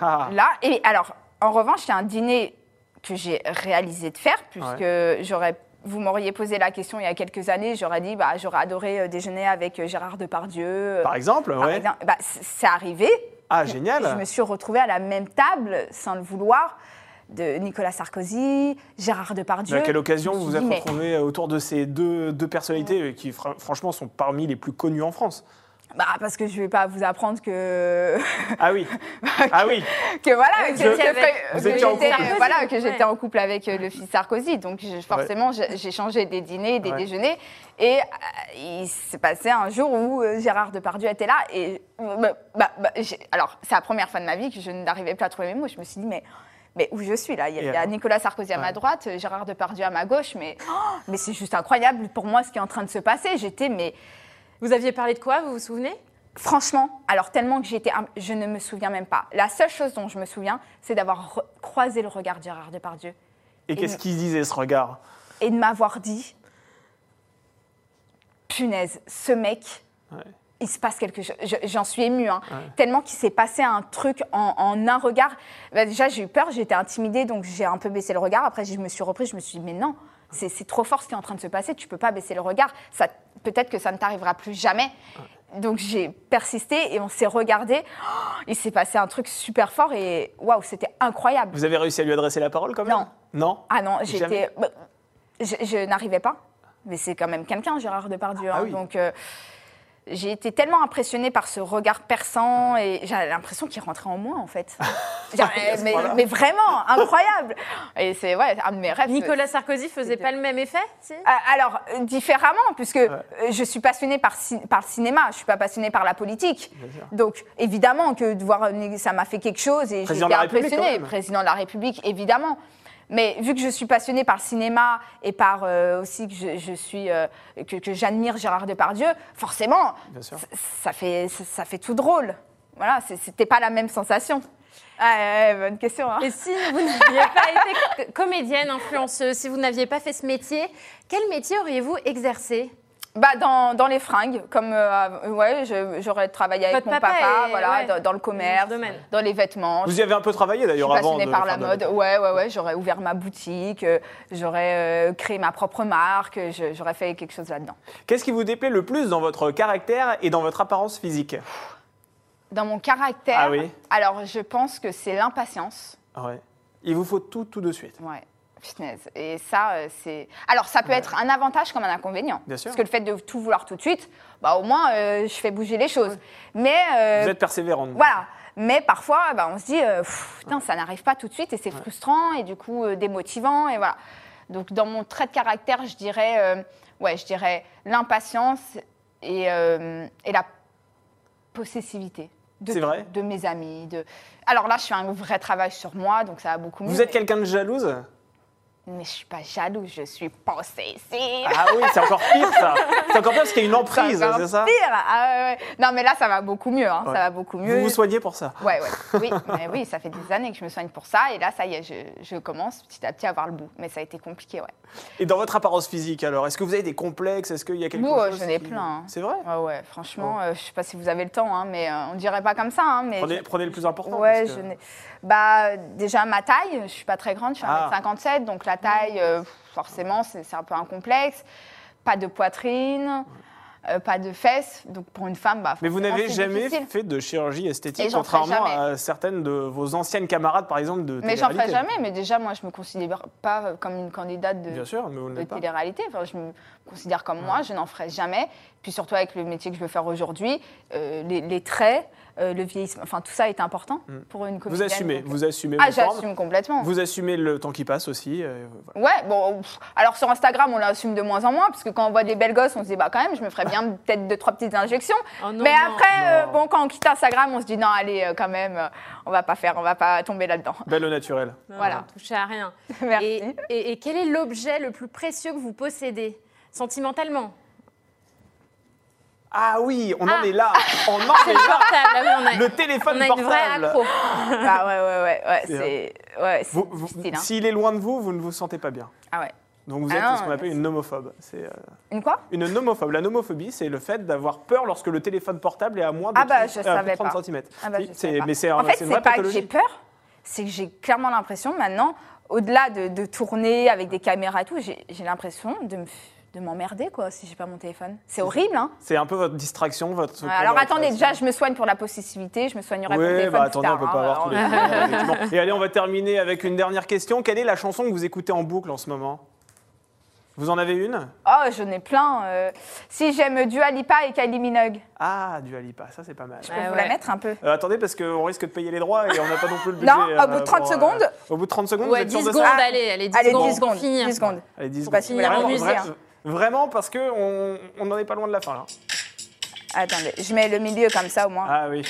Speaker 1: Ah,
Speaker 2: Là, et alors, en revanche, il y a un dîner que j'ai réalisé de faire, puisque j'aurais. Vous m'auriez posé la question il y a quelques années, j'aurais dit, bah, j'aurais adoré euh, déjeuner avec euh, Gérard Depardieu. euh,
Speaker 1: Par exemple,
Speaker 2: par
Speaker 1: ouais.
Speaker 2: exemple. Bah, c- c'est arrivé.
Speaker 1: Ah,
Speaker 2: Je
Speaker 1: génial.
Speaker 2: me suis retrouvée à la même table, sans le vouloir, de Nicolas Sarkozy, Gérard Depardieu.
Speaker 1: À quelle occasion
Speaker 2: Je me
Speaker 1: vous vous
Speaker 2: suis
Speaker 1: êtes
Speaker 2: dit, mais-
Speaker 1: retrouvé autour de ces deux, deux personnalités euh, qui, fra- franchement, sont parmi les plus connues en France
Speaker 2: Bah, parce que je vais pas vous apprendre que.
Speaker 1: Ah
Speaker 2: [LAUGHS]
Speaker 1: oui Ah oui
Speaker 2: que voilà,
Speaker 3: Oui,
Speaker 2: que,
Speaker 3: vous étiez
Speaker 2: que-
Speaker 3: avec-
Speaker 2: que
Speaker 1: vous étiez en
Speaker 2: j'étais-
Speaker 3: couple.
Speaker 2: voilà, que j'étais
Speaker 3: Ouais.
Speaker 2: en couple avec euh, le fils Sarkozy. Donc je- forcément, j'ai- j'ai changé des dîners, des
Speaker 1: Ouais.
Speaker 2: déjeuners. Et euh, il s'est passé un jour où euh, Gérard Depardieu était là. Et euh, bah, bah, bah, j'ai- alors c'est la première fois de ma vie que je n'arrivais plus à trouver mes mots. Je me suis dit mais. Mais où je suis là Il y a,
Speaker 1: Et
Speaker 2: il y a
Speaker 1: alors
Speaker 2: Nicolas Sarkozy à ma
Speaker 1: Ouais.
Speaker 2: droite, euh, Gérard Depardieu à ma gauche, mais, oh, mais c'est juste incroyable pour moi ce qui est en train de se passer. J'étais mais
Speaker 3: Vous aviez parlé de quoi, vous vous souvenez
Speaker 2: Franchement, alors tellement que j'étais, im- je ne me souviens même pas. La seule chose dont je me souviens, c'est d'avoir re- croisé le regard de Gérard Depardieu
Speaker 1: Et qu'est-ce qu'il disait, ce regard
Speaker 2: et de m'avoir dit, punaise, ce mec,
Speaker 1: Ouais.
Speaker 2: il se passe quelque chose. Je- J'en suis émue, hein.
Speaker 1: Ouais.
Speaker 2: tellement qu'il s'est passé un truc en, en un regard. Bah, déjà, j'ai eu peur, j'étais intimidée, donc j'ai un peu baissé le regard. Après, je me suis reprise, je me suis dit, mais non, c'est c'est trop fort ce qui est en train de se passer, tu peux pas baisser le regard. Ça- Peut-être que ça ne t'arrivera plus jamais. Donc j'ai persisté et on s'est regardé. Oh, il s'est passé un truc super fort et waouh, c'était incroyable.
Speaker 1: Vous avez réussi à lui adresser la parole, quand même
Speaker 2: Non.
Speaker 1: Non
Speaker 2: Ah non,
Speaker 1: Jamais.
Speaker 2: j'étais. bah, Je, je n'arrivais pas. Mais c'est quand même quelqu'un, Gérard Depardieu.
Speaker 1: Ah
Speaker 2: hein,
Speaker 1: oui.
Speaker 2: Donc, euh, j'ai été tellement impressionnée par ce regard
Speaker 1: Ah.
Speaker 2: perçant et j'avais l'impression qu'il rentrait en moi,
Speaker 1: [LAUGHS]
Speaker 2: en fait. Genre, euh, mais,
Speaker 1: point-là.
Speaker 2: mais vraiment, incroyable. Et c'est ouais, un de mes rêves.
Speaker 3: Nicolas Sarkozy faisait
Speaker 2: c'était-
Speaker 3: pas le même effet si
Speaker 2: Euh, Alors, euh, différemment, puisque euh, je suis passionnée par, ci- par le cinéma, je ne suis pas passionnée par la politique.
Speaker 1: sûr.
Speaker 2: Donc, évidemment que de voir, euh, ça m'a fait quelque chose et j'étais
Speaker 1: Président de la République, quand
Speaker 2: impressionnée.
Speaker 1: même.
Speaker 2: Président de la République, évidemment. Mais vu que je suis passionnée par le cinéma et par euh, aussi que je, je suis euh, que, que j'admire Gérard Depardieu, forcément,
Speaker 1: Bien sûr.
Speaker 2: c- ça fait ça, ça fait tout drôle. Voilà, c'est- c'était pas la même sensation. Ah, Ouais, ouais, bonne question. hein.
Speaker 3: Et si vous n'aviez pas [LAUGHS] été comédienne, influenceuse, si vous n'aviez pas fait ce métier, quel métier auriez-vous exercé
Speaker 2: Bah dans, dans les fringues, comme euh, ouais, je- j'aurais travaillé avec
Speaker 3: Votre
Speaker 2: mon
Speaker 3: papa
Speaker 2: papa,
Speaker 3: est-
Speaker 2: voilà,
Speaker 3: ouais,
Speaker 2: dans, dans le commerce,
Speaker 3: domaine.
Speaker 2: dans les vêtements.
Speaker 1: Vous
Speaker 2: je
Speaker 1: y avez un peu travaillé,
Speaker 2: je
Speaker 1: d'ailleurs,
Speaker 2: suis
Speaker 1: avant
Speaker 2: passionnée
Speaker 1: de
Speaker 2: par la
Speaker 1: faire de-
Speaker 2: mode. Ouais, ouais, ouais. J'aurais ouvert ma boutique, euh, j'aurais euh, créé ma propre marque, euh, je- j'aurais fait quelque chose là-dedans.
Speaker 1: Qu'est-ce qui vous déplaît le plus dans votre caractère et dans votre apparence physique
Speaker 2: Dans mon caractère,
Speaker 1: Ah oui.
Speaker 2: alors je pense que c'est l'impatience.
Speaker 1: Ouais. Il vous faut tout, tout de suite.
Speaker 2: Ouais. Punaise. Et ça, euh, c'est. Alors, ça peut être un avantage comme un inconvénient.
Speaker 1: Bien sûr.
Speaker 2: Parce que le fait de tout vouloir tout de suite, bah, au moins, euh, je fais bouger les choses. Mais euh,
Speaker 1: Vous êtes persévérante.
Speaker 2: Voilà. Mais parfois, bah, on se dit, euh, Pff, putain, ça n'arrive pas tout de suite et c'est frustrant et du coup euh, démotivant et voilà. Donc dans mon trait de caractère, je dirais, euh, ouais, je dirais l'impatience et, euh, et la possessivité. de-
Speaker 1: C'est vrai
Speaker 2: De mes amis. De... Alors là, je fais un vrai travail sur moi, donc ça va beaucoup mieux.
Speaker 1: Vous êtes
Speaker 2: mais,
Speaker 1: quelqu'un de jalouse
Speaker 2: mais je suis pas jalouse, je suis possessive.
Speaker 1: Ah oui, c'est encore pire ça. C'est encore pire parce qu'il y a une emprise,
Speaker 2: Encore
Speaker 1: c'est ça
Speaker 2: Pire. Ah, ouais, ouais. Non, mais là, ça va beaucoup mieux. hein,
Speaker 1: Ouais.
Speaker 2: Ça va beaucoup mieux.
Speaker 1: Vous vous soignez pour ça.
Speaker 2: Ouais, ouais. Oui, mais oui, ça fait des années que je me soigne pour ça. Et là, ça y est, je, je commence petit à petit à voir le bout. Mais ça a été compliqué, ouais.
Speaker 1: Et dans votre apparence physique, alors, est-ce que vous avez des complexes Est-ce qu'il y a quelque
Speaker 2: Moi,
Speaker 1: chose
Speaker 2: j'en ai
Speaker 1: qui-
Speaker 2: plein, hein.
Speaker 1: C'est vrai
Speaker 2: Ouais, ouais, franchement, euh, je sais pas si vous avez le temps, hein, mais euh, on dirait pas comme ça. hein, mais
Speaker 1: prenez, prenez le plus important.
Speaker 2: Ouais,
Speaker 1: parce que-
Speaker 2: je n'ai. Bah, euh, déjà, ma taille, je suis pas très grande, je suis
Speaker 1: Ah.
Speaker 2: 1m57, donc la taille, euh, pff, forcément, c'est c'est un peu un complexe. Pas de poitrine, euh, pas de fesses. Donc pour une femme, bah.
Speaker 1: Mais vous
Speaker 2: forcément,
Speaker 1: n'avez
Speaker 2: c'est
Speaker 1: jamais
Speaker 2: difficile.
Speaker 1: fait de chirurgie esthétique,
Speaker 2: Et j'en ferai
Speaker 1: contrairement
Speaker 2: jamais.
Speaker 1: à certaines de vos anciennes camarades, par exemple, de
Speaker 2: Mais j'en ferai
Speaker 1: télé-réalité.
Speaker 2: jamais, mais déjà, moi, je me considère pas euh, comme une candidate de,
Speaker 1: Bien sûr, mais vous ne
Speaker 2: de
Speaker 1: l'êtes pas.
Speaker 2: télé-réalité. Enfin, je me considère comme moi, je n'en ferai jamais. Puis surtout avec le métier que je veux faire aujourd'hui, euh, les, les traits, euh, le vieillissement, enfin tout ça est important pour une
Speaker 1: Mm. Vous
Speaker 2: comédienne.
Speaker 1: assumez,
Speaker 2: donc-
Speaker 1: vous assumez
Speaker 2: Ah,
Speaker 1: vos formes,
Speaker 2: j'assume complètement.
Speaker 1: vous assumez le temps qui passe aussi. euh, voilà.
Speaker 2: Ouais, bon, pff, alors sur Instagram, on l'assume de moins en moins, parce que quand on voit des belles gosses, on se dit, bah quand même, je me
Speaker 1: [LAUGHS]
Speaker 2: ferais bien peut-être deux, trois petites injections.
Speaker 3: Oh non,
Speaker 2: Mais
Speaker 3: non.
Speaker 2: après, euh,
Speaker 1: Non.
Speaker 2: bon, quand on quitte Instagram, on se dit, non, allez, euh, quand même, euh, on va pas faire, on va pas tomber là-dedans. [LAUGHS]
Speaker 1: Belle au naturel.
Speaker 3: Non,
Speaker 2: Voilà.
Speaker 3: on touchait à rien.
Speaker 2: Merci.
Speaker 3: Et, et- et quel est l'objet le plus précieux que vous possédez, sentimentalement
Speaker 1: Ah oui, on en
Speaker 3: Ah.
Speaker 1: est là. On en
Speaker 2: [LAUGHS]
Speaker 1: est là.
Speaker 3: Portable, ah oui, on a,
Speaker 1: Le téléphone
Speaker 3: on a une vraie
Speaker 1: portable.
Speaker 3: accro.
Speaker 2: Bah ouais, ouais, ouais, ouais,
Speaker 1: C'est
Speaker 2: c'est ouais, c'est
Speaker 1: Vous- vous-
Speaker 2: difficile. hein.
Speaker 1: S'il est loin de vous, vous ne vous sentez pas bien.
Speaker 2: Ah ouais.
Speaker 1: Donc vous
Speaker 2: Ah
Speaker 1: êtes
Speaker 2: non,
Speaker 1: ce qu'on
Speaker 2: mais
Speaker 1: appelle une nomophobe. C'est euh,
Speaker 2: Une quoi
Speaker 1: une nomophobe. La nomophobie, c'est le fait d'avoir peur lorsque le téléphone portable est à moins de
Speaker 2: Ah bah,
Speaker 1: 30
Speaker 2: je
Speaker 1: euh,
Speaker 2: savais
Speaker 1: 30
Speaker 2: pas.
Speaker 1: cm.
Speaker 2: Ah bah, je sais pas.
Speaker 1: mais c'est un-
Speaker 2: en fait,
Speaker 1: c'est une
Speaker 2: c'est
Speaker 1: vraie
Speaker 2: pas que j'ai
Speaker 1: pathologie.
Speaker 2: peur, c'est que j'ai clairement l'impression maintenant, au-delà de, de tourner avec des caméras et tout, j'ai j'ai l'impression de me, f- de de m'emmerder, quoi, si j'ai pas mon téléphone. C'est horrible, hein
Speaker 1: C'est un peu votre distraction, votre.
Speaker 2: Ouais, Alors attendez, déjà, je me soigne pour la possessivité, je me soignerai pour le
Speaker 1: Oui,
Speaker 2: téléphone
Speaker 1: bah
Speaker 2: plus
Speaker 1: attendez,
Speaker 2: tard,
Speaker 1: on peut
Speaker 2: hein,
Speaker 1: pas avoir tous
Speaker 2: alors, [LAUGHS]
Speaker 1: les trucs, effectivement. Et allez, on va terminer avec une dernière question. Quelle est la chanson que vous écoutez en boucle en ce moment Vous en avez une
Speaker 2: Oh, j'en ai plein. euh. Si j'aime Dua Lipa et Kylie Minogue,
Speaker 1: Ah, du Alipa, ça c'est pas mal.
Speaker 2: je peux
Speaker 3: Ah
Speaker 2: vous
Speaker 3: ouais.
Speaker 2: la mettre un peu.
Speaker 1: Euh, attendez, parce qu'on risque de payer les droits et on n'a pas non plus le budget. euh,
Speaker 2: Non, au bout de 30
Speaker 1: pour,
Speaker 2: secondes.
Speaker 1: au bout de 30 secondes, vous
Speaker 3: Ouais,
Speaker 1: êtes sûr
Speaker 3: 10
Speaker 1: de
Speaker 3: secondes,
Speaker 1: ça
Speaker 3: allez, allez, 10
Speaker 2: Allez, 10
Speaker 3: secondes, pour
Speaker 2: secondes.
Speaker 3: finir.
Speaker 2: 10 secondes.
Speaker 1: Allez, 10
Speaker 2: Faut pas
Speaker 1: secondes.
Speaker 2: finir
Speaker 1: Vraiment,
Speaker 3: en musée,
Speaker 1: vra-
Speaker 2: hein.
Speaker 1: Vraiment, parce qu'on on n'en est pas loin de la fin, là.
Speaker 2: Attendez, je mets le milieu comme ça au moins.
Speaker 1: Ah oui,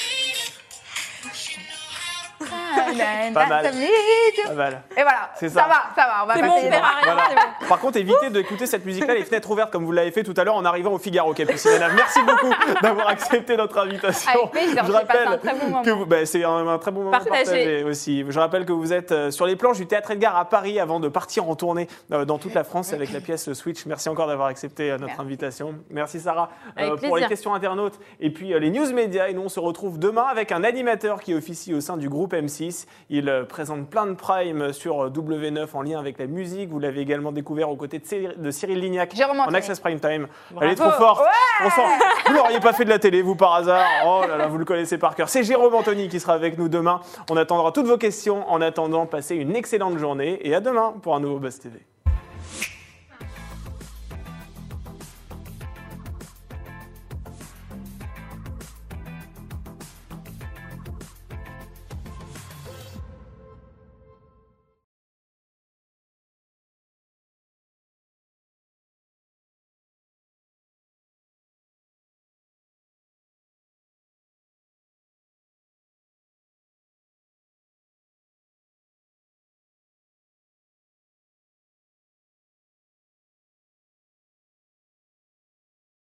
Speaker 2: Ah,
Speaker 1: [LAUGHS] Pas mal. pas
Speaker 2: Et
Speaker 1: mal.
Speaker 2: voilà,
Speaker 1: C'est
Speaker 2: ça.
Speaker 1: ça.
Speaker 2: va, ça va, on va
Speaker 3: C'est
Speaker 2: pas
Speaker 3: bon,
Speaker 2: payer.
Speaker 3: père arrête,
Speaker 1: Voilà.
Speaker 3: c'est bon.
Speaker 1: Par contre, évitez d'écouter cette musique-là, les fenêtres ouvertes, comme vous l'avez fait tout à l'heure en arrivant au Figaro, Capucine Hénin. Merci beaucoup d'avoir accepté notre invitation.
Speaker 2: Avec plaisir,
Speaker 1: Je
Speaker 2: j'ai passé
Speaker 1: rappelle
Speaker 2: un très bon moment.
Speaker 1: que vous- bah, c'est un, un très bon moment partagé.
Speaker 3: Partagé.
Speaker 1: aussi. Je rappelle que vous êtes euh, sur les planches du Théâtre Edgar à Paris avant de partir en tournée euh, dans toute la France avec la pièce Switch. Merci encore d'avoir accepté euh, notre
Speaker 2: Merci.
Speaker 1: invitation. Merci Sarah euh,
Speaker 3: Avec
Speaker 1: pour les
Speaker 3: plaisir.
Speaker 1: questions internautes et puis euh, les news médias. Et nous, on se retrouve demain avec un animateur qui officie au sein du groupe M6. Il euh, présente plein de primes sur euh, W9 en lien avec la musique. Vous l'avez également découvert aux côtés de, Cyr- de Cyril Lignac
Speaker 2: Jérôme
Speaker 1: en
Speaker 2: Anthony.
Speaker 1: Access Prime Time. Elle est trop forte. On sent. Vous l'auriez pas fait de la télé, vous, par hasard. Oh là là, vous le connaissez par cœur. C'est Jérôme Anthony qui sera avec nous demain. On attendra toutes vos questions. En attendant, passez une excellente journée et à demain pour un nouveau Buzz TV.